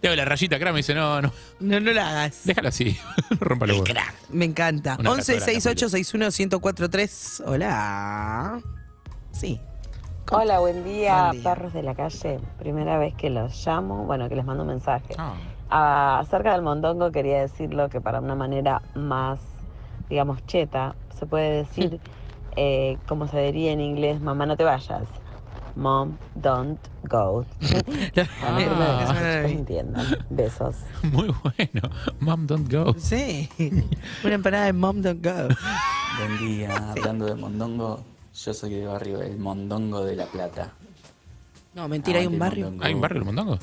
Speaker 4: y hago la rayita acá, me dice, no, no,
Speaker 5: No, no la hagas.
Speaker 4: déjala así, rompa los huevos.
Speaker 5: Me encanta.
Speaker 4: Una
Speaker 5: 11
Speaker 4: abrazo grande,
Speaker 5: 68 61 1043. Hola. Sí.
Speaker 10: Hola, buen día,
Speaker 5: Buen día.
Speaker 10: perros de la calle. Primera vez que los llamo, bueno, que les mando un mensaje.
Speaker 4: Ah,
Speaker 10: Ah, acerca del mondongo quería decirlo que para una manera más, digamos, cheta, se puede decir, eh, como se diría en inglés, mamá no te vayas. Mom, don't go. Para que me-
Speaker 4: Ah.
Speaker 10: que entiendan. Besos.
Speaker 4: muy bueno. Mom, don't go.
Speaker 5: Sí. Una empanada de Mom Don't Go.
Speaker 11: Buen día, hablando de mondongo, yo soy de barrio El Mondongo de La Plata.
Speaker 5: No, mentira, hay
Speaker 4: Ah,
Speaker 5: un
Speaker 11: Aguante el
Speaker 5: barrio.
Speaker 11: mondongo.
Speaker 4: ¿Hay un barrio del mondongo?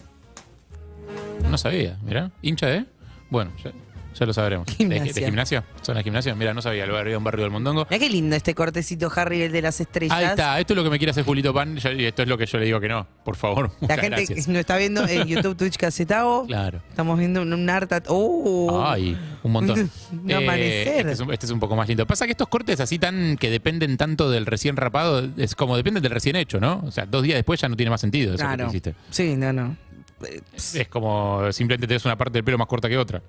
Speaker 4: No sabía, mirá. ¿Hincha de? Bueno, ya, ya lo sabremos. ¿De- ¿De,
Speaker 5: Gimnasia.
Speaker 4: gimnasia? ¿Son las gimnasias? Mirá, no sabía, el barrio, un barrio del mondongo.
Speaker 5: Mira qué lindo este cortecito Harry, el de las estrellas.
Speaker 4: Ahí está, esto es lo que me quiere hacer Julito Pan, yo- y esto es lo que yo le digo que no, por favor.
Speaker 5: La
Speaker 4: muchas
Speaker 5: gente
Speaker 4: gracias.
Speaker 5: que nos está viendo en YouTube, Twitch, Casetago.
Speaker 4: Claro.
Speaker 5: Estamos viendo un, un harta. ¡Oh!
Speaker 4: Ay, un montón.
Speaker 5: Un
Speaker 4: Eh,
Speaker 5: amanecer.
Speaker 4: Este es, un, este es un poco más lindo. Pasa que estos cortes así tan que dependen tanto del recién rapado, es como dependen del recién hecho, ¿no? O sea, dos días después ya no tiene más sentido eso que
Speaker 5: Claro.
Speaker 4: te hiciste.
Speaker 5: Sí, no, no. Eh,
Speaker 4: Es como simplemente te des una parte del pelo más corta que otra.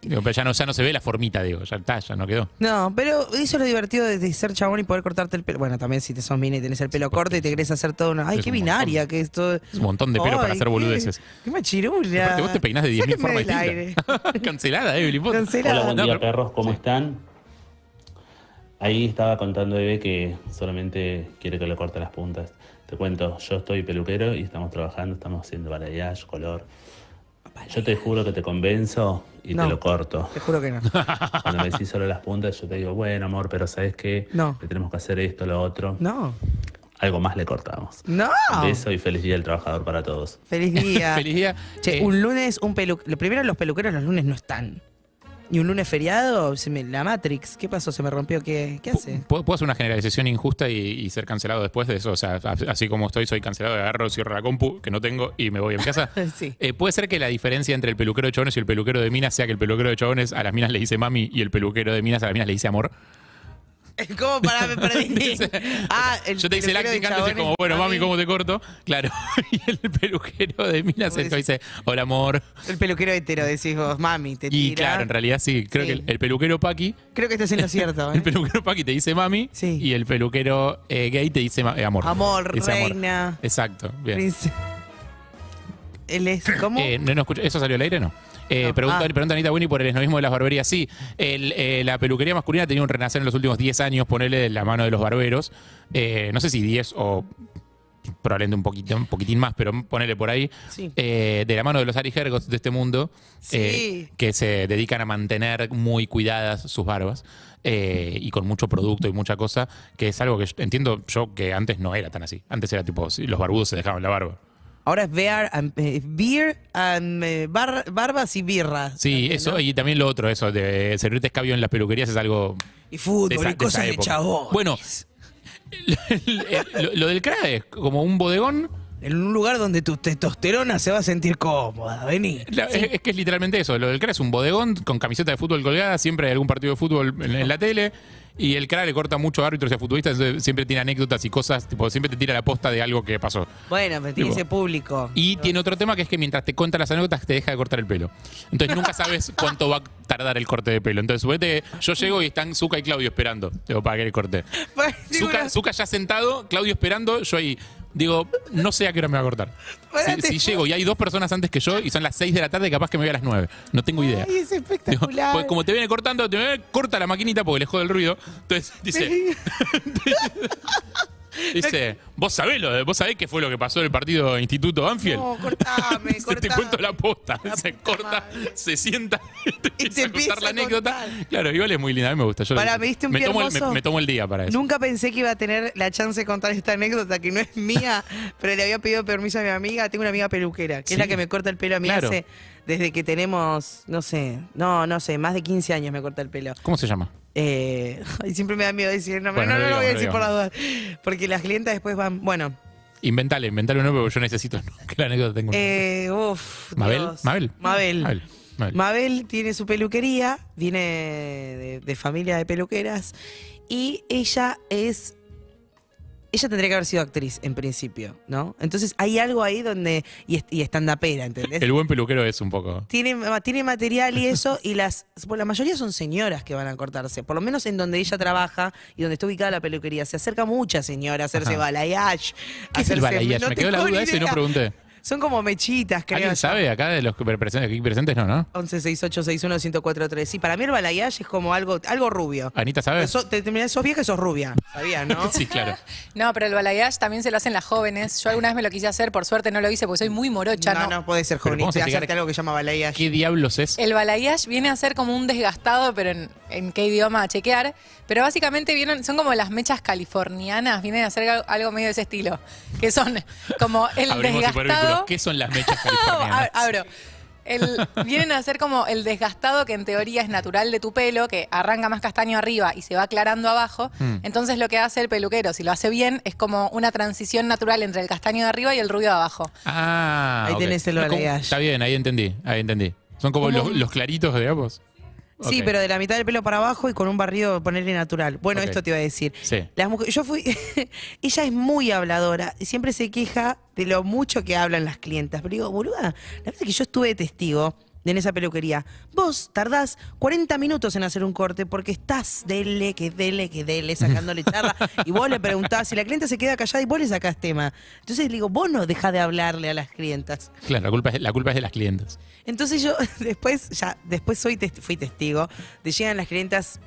Speaker 4: Digo, pero ya no, ya no se ve la formita, digo, ya está, ya no quedó.
Speaker 5: No, pero eso es lo divertido de, de ser chabón y poder cortarte el pelo. Bueno, también si te sos mina y tenés el pelo corto y te querés hacer todo una. ¡Ay,
Speaker 4: Es
Speaker 5: qué
Speaker 4: un montón.
Speaker 5: binaria! Que esto.
Speaker 4: Es un montón de pelo para
Speaker 5: Ay,
Speaker 4: hacer
Speaker 5: qué-
Speaker 4: boludeces.
Speaker 5: ¡Qué machirula!
Speaker 4: Aparte, vos te peinás de 10.000
Speaker 5: Sáquenme
Speaker 4: formas
Speaker 5: del aire.
Speaker 4: distintas. Cancelada, Evelyn. vos-
Speaker 5: Cancelada.
Speaker 12: Hola, buen
Speaker 4: No,
Speaker 12: día,
Speaker 4: pero-
Speaker 12: perros, ¿cómo están? Ahí estaba contando Eve que solamente quiere que le corte las puntas. Te cuento, yo estoy peluquero y estamos trabajando, estamos haciendo balayage, color. Yo te juro que te convenzo y
Speaker 5: No,
Speaker 12: te lo corto.
Speaker 5: Te juro que no.
Speaker 12: Cuando me decís solo las puntas, yo te digo, bueno, amor, pero ¿sabes qué?
Speaker 5: No.
Speaker 12: Le tenemos que hacer esto, lo otro.
Speaker 5: No.
Speaker 12: Algo más le cortamos.
Speaker 5: No.
Speaker 12: Un beso y feliz Día del Trabajador para todos.
Speaker 5: Feliz día.
Speaker 4: Feliz día. Eh,
Speaker 5: Che, un lunes, un peluquero. Primero, los peluqueros los lunes no están. Y un lunes feriado, se me- la Matrix. ¿Qué pasó? ¿Se me rompió? ¿Qué, qué hace?
Speaker 4: ¿Puedo, puedo hacer una generalización injusta y, y ser cancelado después de eso? O sea, a- así como estoy, soy cancelado, agarro, cierro la compu, que no tengo, y me voy a mi casa.
Speaker 5: sí.
Speaker 4: Eh, ¿Puede ser que la diferencia entre el peluquero de chabones y el peluquero de minas sea que el peluquero de chabones a las minas le dice mami y el peluquero de minas a las minas le dice amor?
Speaker 5: ¿Cómo? Pará, me perdí. ah, el
Speaker 4: Yo te hice el
Speaker 5: peluquero
Speaker 4: acting antes y
Speaker 5: de
Speaker 4: es como,
Speaker 5: chabones,
Speaker 4: bueno, mami, ¿cómo te corto? Claro. y el peluquero de minas se dice, hola amor.
Speaker 5: El peluquero hetero, decís vos, mami, te
Speaker 4: Y
Speaker 5: tira.
Speaker 4: claro, en realidad sí. Creo
Speaker 5: Sí.
Speaker 4: que el, el peluquero Paqui,
Speaker 5: Creo que estás en lo cierto. ¿eh?
Speaker 4: el peluquero Paqui te dice mami y el peluquero eh, gay te dice ma- eh, amor.
Speaker 5: Amor,
Speaker 4: Dice amor.
Speaker 5: reina,
Speaker 4: Exacto, bien.
Speaker 5: prince- Él es, ¿cómo?
Speaker 4: Eh, no, no escuché. ¿Eso salió al aire? No. Eh, pregunta,
Speaker 5: Ah.
Speaker 4: pregunta Anita Winnie por el esnovismo de las barberías. Sí, el, eh, la peluquería masculina ha tenido un renacer en los últimos 10 años, ponerle de la mano de los barberos. Eh, no sé si 10 o probablemente un poquito, un poquitín más, pero ponele por ahí.
Speaker 5: Sí.
Speaker 4: Eh, de la mano de los arijergos de este mundo, eh, que se dedican a mantener muy cuidadas sus barbas. eh, y con mucho producto y mucha cosa, que es algo que yo- entiendo yo que antes no era tan así. Antes era tipo, sí, los barbudos se dejaban la barba.
Speaker 5: Ahora es bear and- eh, beer, and, eh, bar- barbas y birra.
Speaker 4: Sí, eso y también lo otro, eso de eh, servirte escabio en las peluquerías es algo.
Speaker 5: Y fútbol, y cosas de
Speaker 4: época.
Speaker 5: chabones.
Speaker 4: Bueno, eh, lo, lo del CRAE es como un bodegón.
Speaker 5: En un lugar donde tu testosterona se va a sentir cómoda, vení.
Speaker 4: la- es, es que es literalmente eso. Lo del CRAE es un bodegón con camiseta de fútbol colgada, siempre hay algún partido de fútbol en, en la tele. Y el CRAE le corta mucho a árbitros y a futbolistas, entonces siempre tiene anécdotas y cosas, tipo, siempre te tira la posta de algo que pasó.
Speaker 5: Bueno, pero tiene
Speaker 4: Tipo.
Speaker 5: ese público.
Speaker 4: Y tiene otro tema que es que mientras te cuenta las anécdotas te deja de cortar el pelo. Entonces nunca sabes cuánto va a tardar el corte de pelo. Entonces suponete que yo llego y están Zuka y Claudio esperando. Digo, para que le corte. Zuka, Zuka ya sentado, Claudio esperando, yo ahí. Digo, no sé a qué hora me va a cortar. Si,
Speaker 5: Parate.
Speaker 4: si llego y hay dos personas antes que yo y son las 6 de la tarde, capaz que me voy a las 9. No tengo idea.
Speaker 5: Ay, es espectacular.
Speaker 4: Pues como te viene cortando, te viene- corta la maquinita porque le jode el ruido. Entonces dice, dice, vos sabés, lo, vos sabés qué fue lo que pasó en el partido Instituto Banfield.
Speaker 5: No, cortame,
Speaker 4: Dice, te cuento la posta. se corta, se sienta y te empieza a contar la anécdota. Claro, igual es muy linda, a mí me gusta. Yo
Speaker 5: Pará, ¿me diste un pie
Speaker 4: tomo el, me,
Speaker 5: hermoso?
Speaker 4: me tomo el día para eso.
Speaker 5: Nunca pensé que iba a tener la chance de contar esta anécdota que no es mía, pero le había pedido permiso a mi amiga. Tengo una amiga peluquera, que
Speaker 4: Sí.
Speaker 5: es la que me corta el pelo a mí
Speaker 4: Claro.
Speaker 5: hace, desde que tenemos, no sé, no, no sé, más de 15 años me corta el pelo.
Speaker 4: ¿Cómo se llama?
Speaker 5: Eh, ay, siempre me da miedo decir el nombre.
Speaker 4: Bueno, no
Speaker 5: no, no,
Speaker 4: lo
Speaker 5: lo voy a decir
Speaker 4: digamos,
Speaker 5: por
Speaker 4: no
Speaker 5: las dudas. Porque las clientas después van, bueno,
Speaker 4: Inventale, inventale uno porque yo necesito que la anécdota tenga un-
Speaker 5: eh, uff.
Speaker 4: Mabel,
Speaker 5: Dios.
Speaker 4: Mabel.
Speaker 5: Mabel.
Speaker 4: Mabel. Mabel.
Speaker 5: Mabel tiene su peluquería, viene de, de familia de peluqueras y ella es... Ella tendría que haber sido actriz en principio, ¿no? Entonces hay algo ahí donde... Y, es- y estandapera, ¿entendés?
Speaker 4: El buen peluquero es un poco.
Speaker 5: Tiene, ma- tiene material y eso, y las bueno, la mayoría son señoras que van a cortarse, por lo menos en donde ella trabaja y donde está ubicada la peluquería. Se acerca mucha señora a hacerse
Speaker 4: Ajá.
Speaker 5: balayage. a
Speaker 4: ¿Qué es el
Speaker 5: hacerse-
Speaker 4: balayage?
Speaker 5: no
Speaker 4: me quedó la
Speaker 5: tengo
Speaker 4: duda
Speaker 5: ni
Speaker 4: eso y no
Speaker 5: idea.
Speaker 4: pregunté.
Speaker 5: Son como mechitas, creo.
Speaker 4: ¿Alguien
Speaker 5: yo.
Speaker 4: sabe acá de los que presentes, aquí presentes? No, ¿no?
Speaker 5: 1168611043. Sí, para mí el balayage es como algo, algo rubio.
Speaker 4: Anita, ¿sabe?
Speaker 5: So- te terminás, sos vieja y sos rubia. Sabía, ¿no?
Speaker 4: Ah, Sí, claro.
Speaker 8: No, pero el balayage también se lo hacen las jóvenes. Yo alguna vez me lo quise hacer, por suerte no lo hice porque soy muy morocha.
Speaker 5: No,
Speaker 8: No,
Speaker 5: no puede ser
Speaker 4: Pero
Speaker 5: joven.
Speaker 4: vamos a
Speaker 5: Te
Speaker 4: explicar
Speaker 5: hacerte algo que se llama balayage.
Speaker 4: ¿Qué diablos es?
Speaker 8: El balayage viene a ser como un desgastado, pero en, en qué idioma a chequear. Pero básicamente vienen, son como las mechas californianas, vienen a ser algo, algo medio de ese estilo. Que son como el
Speaker 4: Abrimos
Speaker 8: desgastado.
Speaker 4: hipervínculos. ¿Qué son las mechas
Speaker 8: Ab-
Speaker 4: californianas?
Speaker 8: Abro. El- vienen a ser como el desgastado que en teoría es natural de tu pelo, que arranca más castaño arriba y se va aclarando abajo.
Speaker 4: Mm.
Speaker 8: Entonces lo que hace el peluquero, si lo hace bien, es como una transición natural entre el castaño de arriba y el rubio de abajo.
Speaker 4: Ah,
Speaker 5: Ahí
Speaker 4: ok.
Speaker 5: tenés el
Speaker 4: No, como-
Speaker 5: balayage.
Speaker 4: Está bien, ahí entendí, ahí entendí. Son como
Speaker 5: Como
Speaker 4: los,
Speaker 5: un-
Speaker 4: los claritos de ambos.
Speaker 5: Sí,
Speaker 4: Ok,
Speaker 5: pero de la mitad del pelo para abajo y con un barrido ponerle natural. Bueno,
Speaker 4: Ok.
Speaker 5: esto te iba a decir.
Speaker 4: Sí.
Speaker 5: Las mujeres, yo fui, ella es muy habladora, y siempre se queja de lo mucho que hablan las clientas. Pero digo, boluda, la verdad es que yo estuve de testigo en esa peluquería. Vos tardás 40 minutos en hacer un corte porque estás dele, que dele, que dele, sacándole charla. y vos le preguntás y la clienta se queda callada y vos le sacás tema. Entonces le digo, vos no dejás de hablarle a las clientas.
Speaker 4: Claro, la culpa, es, la culpa es de las clientes.
Speaker 5: Entonces yo después, ya, después soy test- fui testigo de llegan las clientas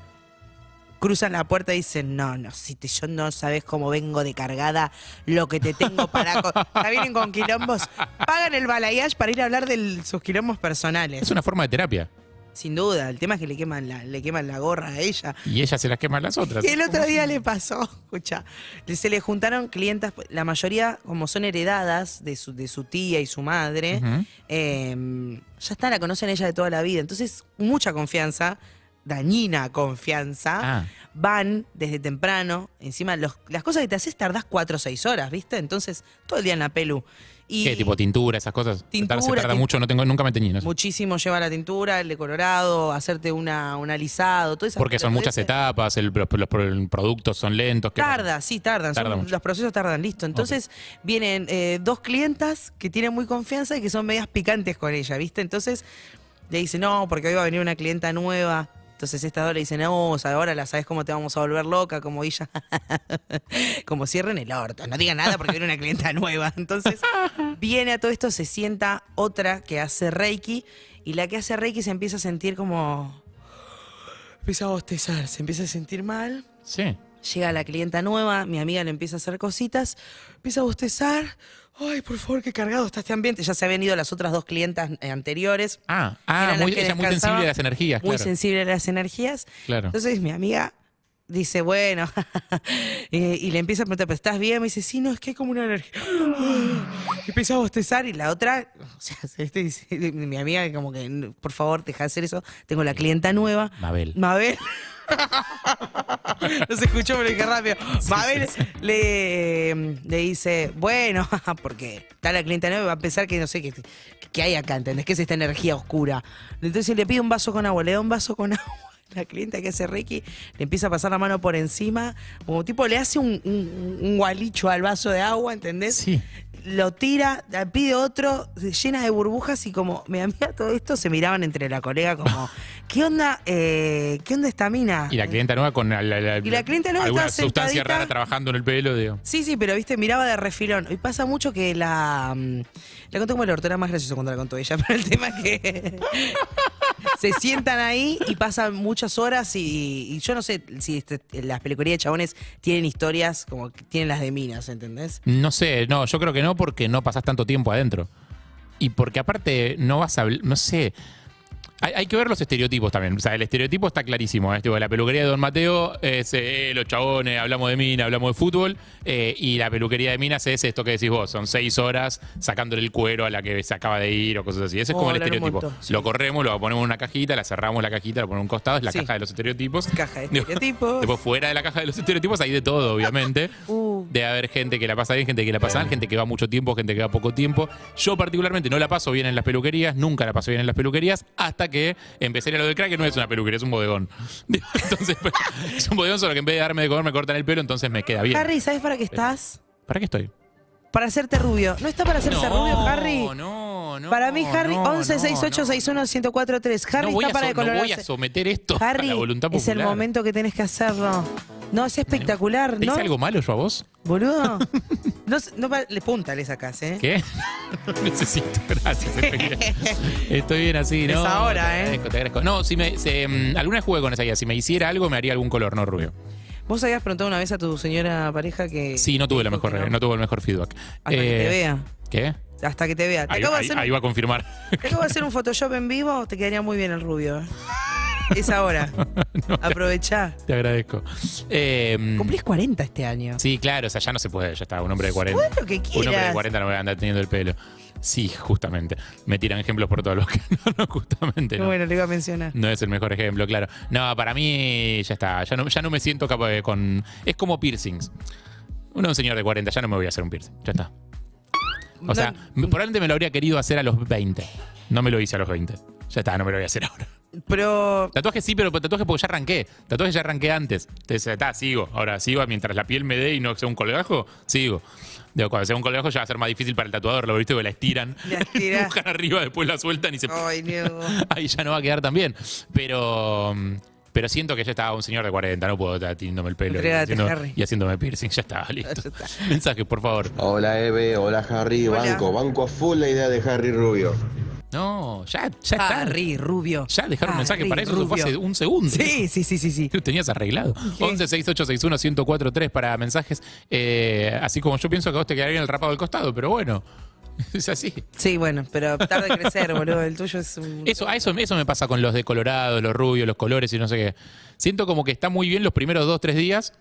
Speaker 5: cruzan la puerta y dicen, no, no, si te, yo no sabes cómo vengo de cargada, lo que te tengo para... co-". Ya vienen con quilombos, pagan el balayage para ir a hablar de sus quilombos personales.
Speaker 4: Es una forma de terapia.
Speaker 5: Sin duda, el tema es que le queman la, le queman la gorra a ella.
Speaker 4: Y ella se las quema a las otras.
Speaker 5: Y el otro día le pasó, escucha, le- se le juntaron clientas, la mayoría como son heredadas de su, de su tía y su madre,
Speaker 4: Ujú.
Speaker 5: eh, ya está, la conocen ella de toda la vida. Entonces, mucha confianza, dañina confianza,
Speaker 4: Ah.
Speaker 5: van desde temprano, encima los- las cosas que te haces tardás cuatro o seis horas, ¿viste? Entonces, todo el día en la pelu. Y
Speaker 4: ¿Qué? Tipo tintura, esas cosas. Se tarda- se
Speaker 5: Tintura,
Speaker 4: tarda
Speaker 5: tin-
Speaker 4: mucho, no tengo, nunca me teñí. no sé.
Speaker 5: muchísimo lleva la tintura, el de colorado, hacerte una, un alisado, todo eso.
Speaker 4: Porque son muchas etapas, el- los, los productos son lentos. ¿qué más?
Speaker 5: Tarda, sí, tardan. son-
Speaker 4: Tarda mucho.
Speaker 5: los procesos tardan, listo. Entonces vienen eh, dos clientas que tienen muy confianza y que son medias picantes con ella, ¿viste? Entonces le dice, no, porque hoy va a venir una clienta nueva. Entonces esta dos le dice, no, o sea, ahora la sabes cómo te vamos a volver loca, como ella. como cierren el orto, no digan nada porque viene una clienta nueva. Entonces viene a todo esto, se sienta otra que hace Reiki y la que hace Reiki se empieza a sentir como... Empieza a bostezar, se empieza a sentir mal.
Speaker 4: Sí.
Speaker 5: Llega la clienta nueva, mi amiga le empieza a hacer cositas, empieza a bostezar. Ay, por favor, qué cargado está este ambiente. Ya se habían ido las otras dos clientas eh, anteriores.
Speaker 4: Ah, ah,
Speaker 5: Eran las
Speaker 4: muy,
Speaker 5: que
Speaker 4: ella es muy
Speaker 5: descansaban,
Speaker 4: sensible a las energías,
Speaker 5: Muy
Speaker 4: claro.
Speaker 5: sensible a las energías.
Speaker 4: Claro.
Speaker 5: Entonces mi amiga dice, bueno, eh, y le empieza a preguntar, ¿pero estás bien? Me dice, sí, no, es que hay como una energía. Y empieza a bostezar y la otra, o sea, este dice, mi amiga como que, por favor, deja de hacer eso. Tengo la clienta nueva.
Speaker 4: Mabel.
Speaker 5: Mabel. no se escuchó, pero dije rápido. Mabel Le, le dice, bueno, porque está la clienta nueva y va a pensar que no sé qué, qué hay acá, ¿entendés? ¿Qué es esta energía oscura? Entonces le pide un vaso con agua, le da un vaso con agua. La clienta que hace Ricky le empieza a pasar la mano por encima, como tipo le hace un, un- un gualicho al vaso de agua, ¿entendés?
Speaker 4: Sí.
Speaker 5: Lo tira, la pide otro, se llena de burbujas y como mi amiga todo esto se miraban entre la colega como, ¿qué onda? eh, ¿Qué onda esta mina?
Speaker 4: Y la clienta nueva con la, la- la-
Speaker 5: Y la clienta nueva
Speaker 4: alguna
Speaker 5: estaba
Speaker 4: sustancia
Speaker 5: sentadita.
Speaker 4: rara trabajando en el pelo, digo.
Speaker 5: Sí, sí, pero viste, miraba de refilón. Y pasa mucho que la. mm, La contó como el orto, era más gracioso cuando la contó ella, pero el tema es que. se sientan ahí y pasan muchas horas y, y yo no sé si este- las peluquerías de chabones tienen historias como que tienen las de minas, ¿entendés?
Speaker 4: No sé, no, yo creo que no porque no pasás tanto tiempo adentro. Y porque aparte no vas a habl- no sé. Hay, hay que ver los estereotipos también. O sea, el estereotipo está clarísimo. ¿eh? Tipo, la peluquería de Don Mateo es eh, los chabones, hablamos de mina, hablamos de fútbol. eh, y la peluquería de minas es esto que decís vos. Son seis horas sacándole el cuero a la que se acaba de ir o cosas así. Ese es
Speaker 5: Oh,
Speaker 4: como el
Speaker 5: hablar un
Speaker 4: estereotipo.
Speaker 5: montón, sí.
Speaker 4: Lo corremos, lo ponemos en una cajita, la cerramos la cajita, la ponemos en un costado. Es la
Speaker 5: Sí.
Speaker 4: caja de los estereotipos.
Speaker 5: Caja de estereotipos.
Speaker 4: Después fuera de la caja de los estereotipos hay de todo, obviamente.
Speaker 5: Uh.
Speaker 4: De haber gente que la pasa bien, gente que la pasa mal, gente que va mucho tiempo, gente que va poco tiempo. Yo particularmente no la paso bien en las peluquerías, nunca la paso bien en las peluquerías, hasta que empecé a ir a lo del crack, que no es una peluquería, es un bodegón. Entonces, pues, es un bodegón, solo que en vez de darme de comer me cortan el pelo, entonces me queda bien.
Speaker 5: Harry, ¿sabes para qué estás?
Speaker 4: ¿Para qué estoy?
Speaker 5: Para hacerte rubio. ¿No está para hacerse rubio, Harry?
Speaker 4: no, no.
Speaker 5: para mí, Harry,
Speaker 4: no,
Speaker 5: 11 61 1043. Harry
Speaker 4: no voy,
Speaker 5: está
Speaker 4: a
Speaker 5: para
Speaker 4: so- no voy a
Speaker 5: decolorarse.
Speaker 4: someter esto
Speaker 5: Harry,
Speaker 4: a la voluntad popular.
Speaker 5: es el momento que tenés que hacerlo. No, es espectacular,
Speaker 4: ¿Te
Speaker 5: ¿no?
Speaker 4: hice algo malo yo a vos?
Speaker 5: Boludo. No, s- no pa- le punta le sacás, ¿eh?
Speaker 4: ¿Qué? Necesito, gracias. Estoy bien, Estoy bien así, ¿no?
Speaker 5: Es ahora, ¿eh?
Speaker 4: te agradezco, te agradezco. No, si me, se, mm, alguna vez jugué con esa idea. Si me hiciera algo, me haría algún color, no rubio.
Speaker 5: Vos habías preguntado una vez a tu señora pareja que.
Speaker 4: Sí, no tuve la mejor, no. tuve el mejor feedback. Eh,
Speaker 5: Hasta que te vea.
Speaker 4: ¿Qué?
Speaker 5: Hasta que te vea. Te
Speaker 4: Ahí,
Speaker 5: acabo, de
Speaker 4: ahí-
Speaker 5: hacer,
Speaker 4: ahí va a confirmar.
Speaker 5: te acabo de hacer un Photoshop en vivo, te quedaría muy bien el rubio. ¿eh? Es ahora. Aprovechá.
Speaker 4: Te agradezco. Eh,
Speaker 5: Cumplís 40 este año.
Speaker 4: sí, claro, o sea, ya no se puede, ya está, un hombre de 40.
Speaker 5: Bueno, lo que
Speaker 4: Un hombre de
Speaker 5: quieras.
Speaker 4: 40 no va a andar teniendo el pelo. Sí, justamente. Me tiran ejemplos por todos los que no, no, justamente no.
Speaker 5: Bueno, lo iba a mencionar.
Speaker 4: No es el mejor ejemplo, claro. No, para mí ya está. Ya no, ya no me siento capaz de con. Es como piercings. Uno, un señor de 40, ya no me voy a hacer un piercing. Ya está. O sea, me- probablemente me lo habría querido hacer a los 20. No me lo hice a los 20. Ya está, no me lo voy a hacer ahora.
Speaker 5: Pero.
Speaker 4: Tatuajes sí, pero tatuajes porque ya arranqué. Tatuajes ya arranqué antes. Entonces, ya está, sigo. Ahora sigo mientras la piel me dé y no sea un colgajo, sigo. Digo, cuando sea un colgajo ya va a ser más difícil para el tatuador, lo viste, porque la estiran.
Speaker 5: La estirás.
Speaker 4: Buscan arriba, después la sueltan y se
Speaker 5: Ay, Diego.
Speaker 4: ahí ya no va a quedar tan bien. Pero, mm, pero siento que ya estaba un señor de 40, no puedo estar atiéndome el pelo y
Speaker 5: Entregate,
Speaker 4: haciendo-
Speaker 5: Harry.
Speaker 4: y haciéndome piercing. Ya está, listo. Mensajes, por favor.
Speaker 13: Hola Eve, hola Harry,
Speaker 5: Hola.
Speaker 13: banco, banco a full la idea de Harry Rubio.
Speaker 4: No, ya, ya está.
Speaker 5: Harry Rubio.
Speaker 4: Ya dejaron un mensaje
Speaker 5: Ah, Harry
Speaker 4: para eso, eso fue
Speaker 5: Rubio.
Speaker 4: hace un segundo.
Speaker 5: Sí, sí, sí, sí. sí.
Speaker 4: Tú tenías arreglado. 11 6861 1043 para mensajes. Eh, así como yo pienso que a vos te quedaría el rapado del costado, pero bueno, es así.
Speaker 5: Sí, bueno, pero tarde en crecer, boludo. El tuyo es un.
Speaker 4: Eso, a eso, eso me pasa con los de Colorado, los rubios, los colores y no sé qué. Siento como que está muy bien los primeros dos, tres días.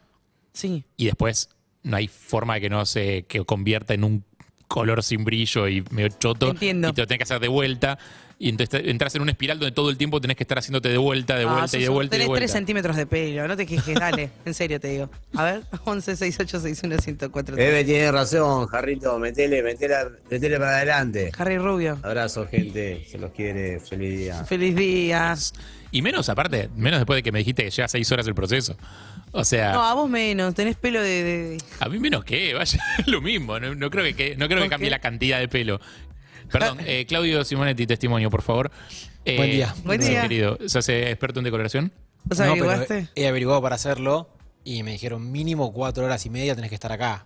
Speaker 5: Sí.
Speaker 4: Y después no hay forma de que no se que convierta en un color sin brillo y medio choto.
Speaker 5: Entiendo.
Speaker 4: Y te lo tenés que hacer de vuelta. Y entonces te- entras en una espiral donde todo el tiempo tenés que estar haciéndote de vuelta, de
Speaker 5: Ah,
Speaker 4: vuelta y de
Speaker 5: Suso,
Speaker 4: vuelta y de
Speaker 5: Tenés 3
Speaker 4: vuelta.
Speaker 5: centímetros de pelo, no te quejes, dale. en serio te digo. A ver, 11 6861 1043.
Speaker 13: Eve tiene razón, Jarrito, metele, metela, metele para adelante.
Speaker 5: Harry Rubio.
Speaker 13: Abrazo, gente, se los quiere, feliz día.
Speaker 5: Feliz día.
Speaker 4: Y menos aparte, menos después de que me dijiste que lleva seis horas el proceso. O sea,
Speaker 5: No, ah. a vos menos, tenés pelo de. de-
Speaker 4: a mí menos que, vaya, lo mismo. No, no creo que, que- no creo que cambie la cantidad de pelo. Perdón,
Speaker 5: Ah.
Speaker 4: eh, Claudio Simonetti, testimonio, por favor. Eh,
Speaker 7: Buen día.
Speaker 4: sí,
Speaker 7: Buen día.
Speaker 4: querido, ¿se hace experto en decoloración?
Speaker 5: ¿Vos
Speaker 7: No, pero
Speaker 5: averiguaste?
Speaker 7: he averiguado para hacerlo y me dijeron mínimo cuatro horas y media tenés que estar acá.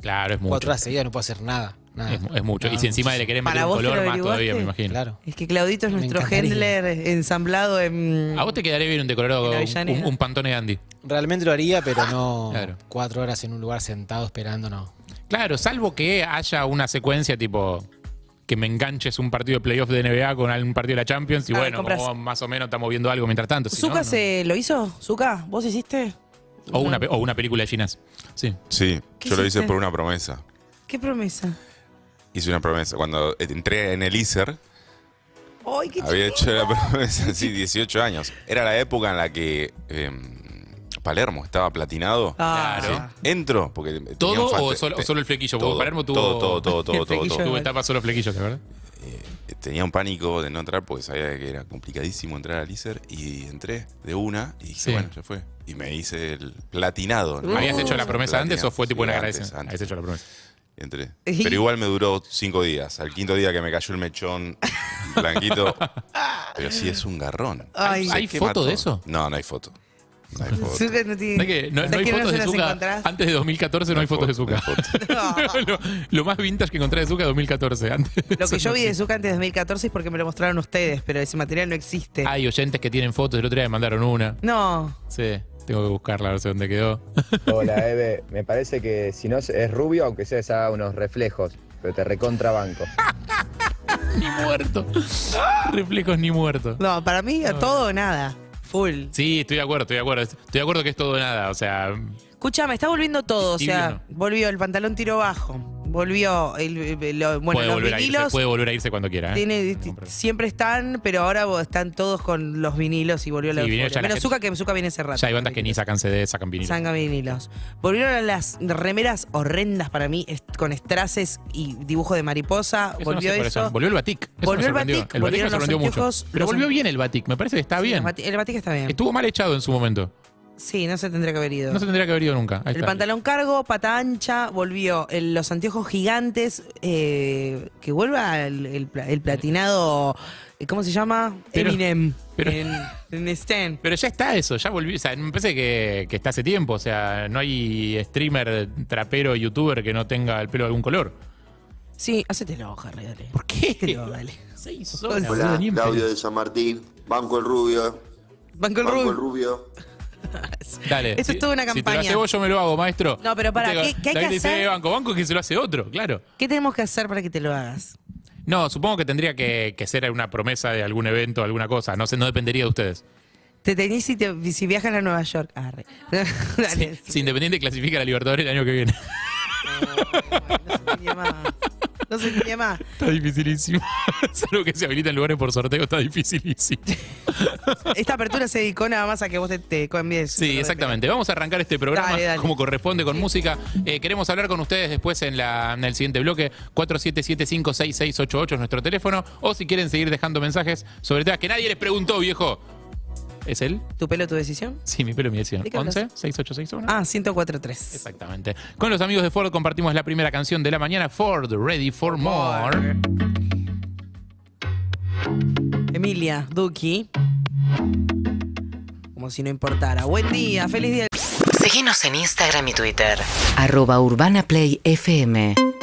Speaker 4: Claro, es mucho.
Speaker 7: Cuatro horas seguidas no puedo hacer nada. nada.
Speaker 4: Es, mu- es mucho.
Speaker 7: No,
Speaker 4: y si encima le querés meter
Speaker 5: ¿Para
Speaker 4: un
Speaker 5: vos te lo
Speaker 4: color más todavía,
Speaker 5: averiguaste?
Speaker 4: me imagino.
Speaker 7: Ah, Claro.
Speaker 5: Es que Claudito es nuestro
Speaker 7: encantaría.
Speaker 5: handler ensamblado en.
Speaker 4: A vos te quedaría bien un decolorado,
Speaker 5: En
Speaker 4: un,
Speaker 5: Avellaneda.
Speaker 4: un pantone Gandhi.
Speaker 7: Realmente lo haría, pero no
Speaker 4: Claro.
Speaker 7: cuatro horas en un lugar sentado esperando, no.
Speaker 4: Claro, salvo que haya una secuencia tipo que me enganches un partido de playoff de NBA con algún partido de la Champions y
Speaker 5: Claro,
Speaker 4: bueno,
Speaker 5: Ah, compras-
Speaker 4: como más o menos estamos viendo algo mientras tanto. si no,
Speaker 5: ¿Zuka
Speaker 4: no.
Speaker 5: se lo hizo? ¿Zuka? ¿Vos hiciste?
Speaker 4: O, una, pe- o una película de chinas. Sí.
Speaker 6: Sí,
Speaker 5: ¿Qué
Speaker 6: yo lo
Speaker 5: hiciste?
Speaker 6: hice por una promesa.
Speaker 5: ¿Qué promesa?
Speaker 6: Hice una promesa. Cuando entré en el ISER,
Speaker 5: ¡Ay, qué
Speaker 6: había hecho la promesa, sí, 18 años. Era la época en la que eh, Palermo estaba platinado.
Speaker 5: Ah.
Speaker 4: Claro.
Speaker 6: Sí. Entro, porque tenía
Speaker 4: ¿Todo
Speaker 6: un fast-
Speaker 4: o solo,
Speaker 6: te-
Speaker 4: solo el flequillo? Porque
Speaker 6: todo,
Speaker 4: Palermo tuvo.
Speaker 6: todo, todo, todo, todo,
Speaker 4: El
Speaker 6: todo,
Speaker 4: flequillo
Speaker 6: todo.
Speaker 4: Tuvo etapa solo flequillos, ¿verdad?
Speaker 6: eh, tenía un pánico de no entrar porque sabía que era complicadísimo entrar al ISER y entré de una y dije,
Speaker 4: Sí.
Speaker 6: bueno, ya fue. Y me hice el platinado.
Speaker 5: Uh,
Speaker 6: ¿no?
Speaker 4: ¿Habías hecho la promesa
Speaker 6: Platinado.
Speaker 4: antes o fue tipo
Speaker 6: Sí,
Speaker 4: una
Speaker 6: antes,
Speaker 4: agradecimiento?
Speaker 6: antes.
Speaker 4: Habías hecho la promesa.
Speaker 6: Entré. Pero igual me duró cinco días. Al quinto día que me cayó el mechón blanquito. Pero sí es un garrón.
Speaker 5: Ay.
Speaker 6: Se
Speaker 5: ¿Hay
Speaker 6: quema
Speaker 5: foto de
Speaker 6: todo. No, no hay foto. No hay foto.
Speaker 5: Zuka no tiene.
Speaker 4: ¿Sabés que no, no
Speaker 5: ¿Sabés
Speaker 4: hay
Speaker 5: que
Speaker 4: fotos
Speaker 5: se
Speaker 4: de Ah,
Speaker 5: las
Speaker 4: Zuka.
Speaker 5: encontrás?
Speaker 4: Antes de 2014 no, hay fotos de Zuka. lo, lo más vintage que encontré de Zuka 2014. Antes de
Speaker 5: Lo
Speaker 4: eso
Speaker 5: que yo
Speaker 4: no
Speaker 5: vi de
Speaker 4: existe.
Speaker 5: Zuka antes de 2014 es porque me lo mostraron ustedes, pero ese material no existe.
Speaker 4: Hay oyentes que tienen fotos. El otro día me mandaron una.
Speaker 5: No.
Speaker 4: Sí, tengo que buscarla a ver si dónde quedó.
Speaker 14: Hola, Eve. Me parece que si no es- es rubio, aunque sea, se haga unos reflejos. Pero te recontrabanco.
Speaker 4: ni muerto. Reflejos ni muerto.
Speaker 5: No, para mí todo o nada. Full.
Speaker 4: Sí, estoy de acuerdo, estoy de acuerdo. Estoy de acuerdo que es todo o nada. O sea,
Speaker 5: Escuchame, está volviendo todo. O
Speaker 4: Tibio
Speaker 5: sea, volvió el pantalón tiro bajo. Volvió el, el- lo- bueno,
Speaker 4: puede,
Speaker 5: los
Speaker 4: volver a irse,
Speaker 5: vinilos.
Speaker 4: puede volver a irse cuando quiera. ¿eh?
Speaker 5: tiene- siempre están, pero ahora vos- están todos con los vinilos y volvió la
Speaker 4: Sí, vinilo,
Speaker 5: euforia.
Speaker 4: ya la
Speaker 5: Menos
Speaker 4: gente-
Speaker 5: Zuka, que Zuka viene cerrado.
Speaker 4: Ya hay bandas que ni sacan CD, sacan vinilo.
Speaker 5: Sanga vinilos. Volvieron a las remeras horrendas para mí, est- con estraces y dibujo de mariposa.
Speaker 4: Eso no
Speaker 5: volvió
Speaker 4: sé por
Speaker 5: eso.
Speaker 4: eso. Volvió el Batik. Eso
Speaker 5: Volvió
Speaker 4: me
Speaker 5: el
Speaker 4: sorprendió.
Speaker 5: Batik,
Speaker 4: El Batik me
Speaker 5: volvieron los
Speaker 4: sorprendió mucho.
Speaker 5: anteojos,
Speaker 4: Pero
Speaker 5: los
Speaker 4: volvió bien el Batik. Me parece que está
Speaker 5: El
Speaker 4: bien.
Speaker 5: bati- El batik está bien.
Speaker 4: Estuvo mal echado en su momento.
Speaker 5: Sí, no se tendría que haber ido.
Speaker 4: No se tendría que haber ido nunca. Ahí
Speaker 5: el
Speaker 4: está.
Speaker 5: pantalón cargo, pata ancha, volvió. el- los anteojos gigantes, eh, que vuelva el, el pla- el platinado, eh, ¿cómo se llama?
Speaker 4: Pero-
Speaker 5: Eminem.
Speaker 4: pero-
Speaker 5: en, en Stan.
Speaker 4: Pero ya está eso, ya volvió. O sea, me parece que, que está hace tiempo. O sea, no hay streamer, trapero, youtuber que no tenga el pelo de algún color.
Speaker 5: Sí, hacételo, Harry, dale. ¿Por
Speaker 4: qué?
Speaker 5: dale.
Speaker 4: Seis
Speaker 5: horas.
Speaker 15: Hola, Claudio de San Martín, Banco el Rubio.
Speaker 5: Banco el
Speaker 15: Banco
Speaker 5: Rubio.
Speaker 15: el Rubio.
Speaker 4: Dale.
Speaker 5: Eso es toda una
Speaker 4: Si te lo hace
Speaker 5: campaña.
Speaker 4: vos, yo me lo hago, maestro.
Speaker 5: No, pero pará,
Speaker 4: Viste,
Speaker 5: ¿qué- qué hay
Speaker 4: la
Speaker 5: que
Speaker 4: gente dice,
Speaker 5: hacer?
Speaker 4: "Eh, banco, banco es que se lo hace otro, claro.
Speaker 5: ¿Qué tenemos que hacer para que te lo hagas?
Speaker 4: No, supongo que tendría que, que ser una promesa de algún evento, alguna cosa. No sé, no dependería de ustedes.
Speaker 5: Te tenés si, te- si viajan a Nueva York. Arre. Dale.
Speaker 4: Si Independiente clasifica a la Libertadores el año que viene.
Speaker 5: No se entiende más.
Speaker 4: Está dificilísimo. Salvo que se habilitan lugares por sorteo, está dificilísimo.
Speaker 5: Esta apertura se dedicó nada más a que vos te, te cambies.
Speaker 4: Sí, exactamente. Vamos a arrancar este programa
Speaker 5: Dale, dale.
Speaker 4: como corresponde con música. Eh, queremos hablar con ustedes después en, la, en el siguiente bloque. 47756688 es nuestro teléfono. O si quieren seguir dejando mensajes sobre temas que nadie les preguntó, viejo. ¿Es él?
Speaker 5: ¿Tu pelo, tu decisión?
Speaker 4: Sí, mi pelo, mi decisión.
Speaker 5: ¿De qué hablas?
Speaker 4: 11 6861.
Speaker 5: Ah, 1043.
Speaker 4: Exactamente. Con los amigos de Ford compartimos la primera canción de la mañana, Ford Ready for More.
Speaker 5: Emilia, Duki. Como si no importara. Buen día, feliz día.
Speaker 16: Seguinos en Instagram y Twitter. Arroba Urbana Play FM.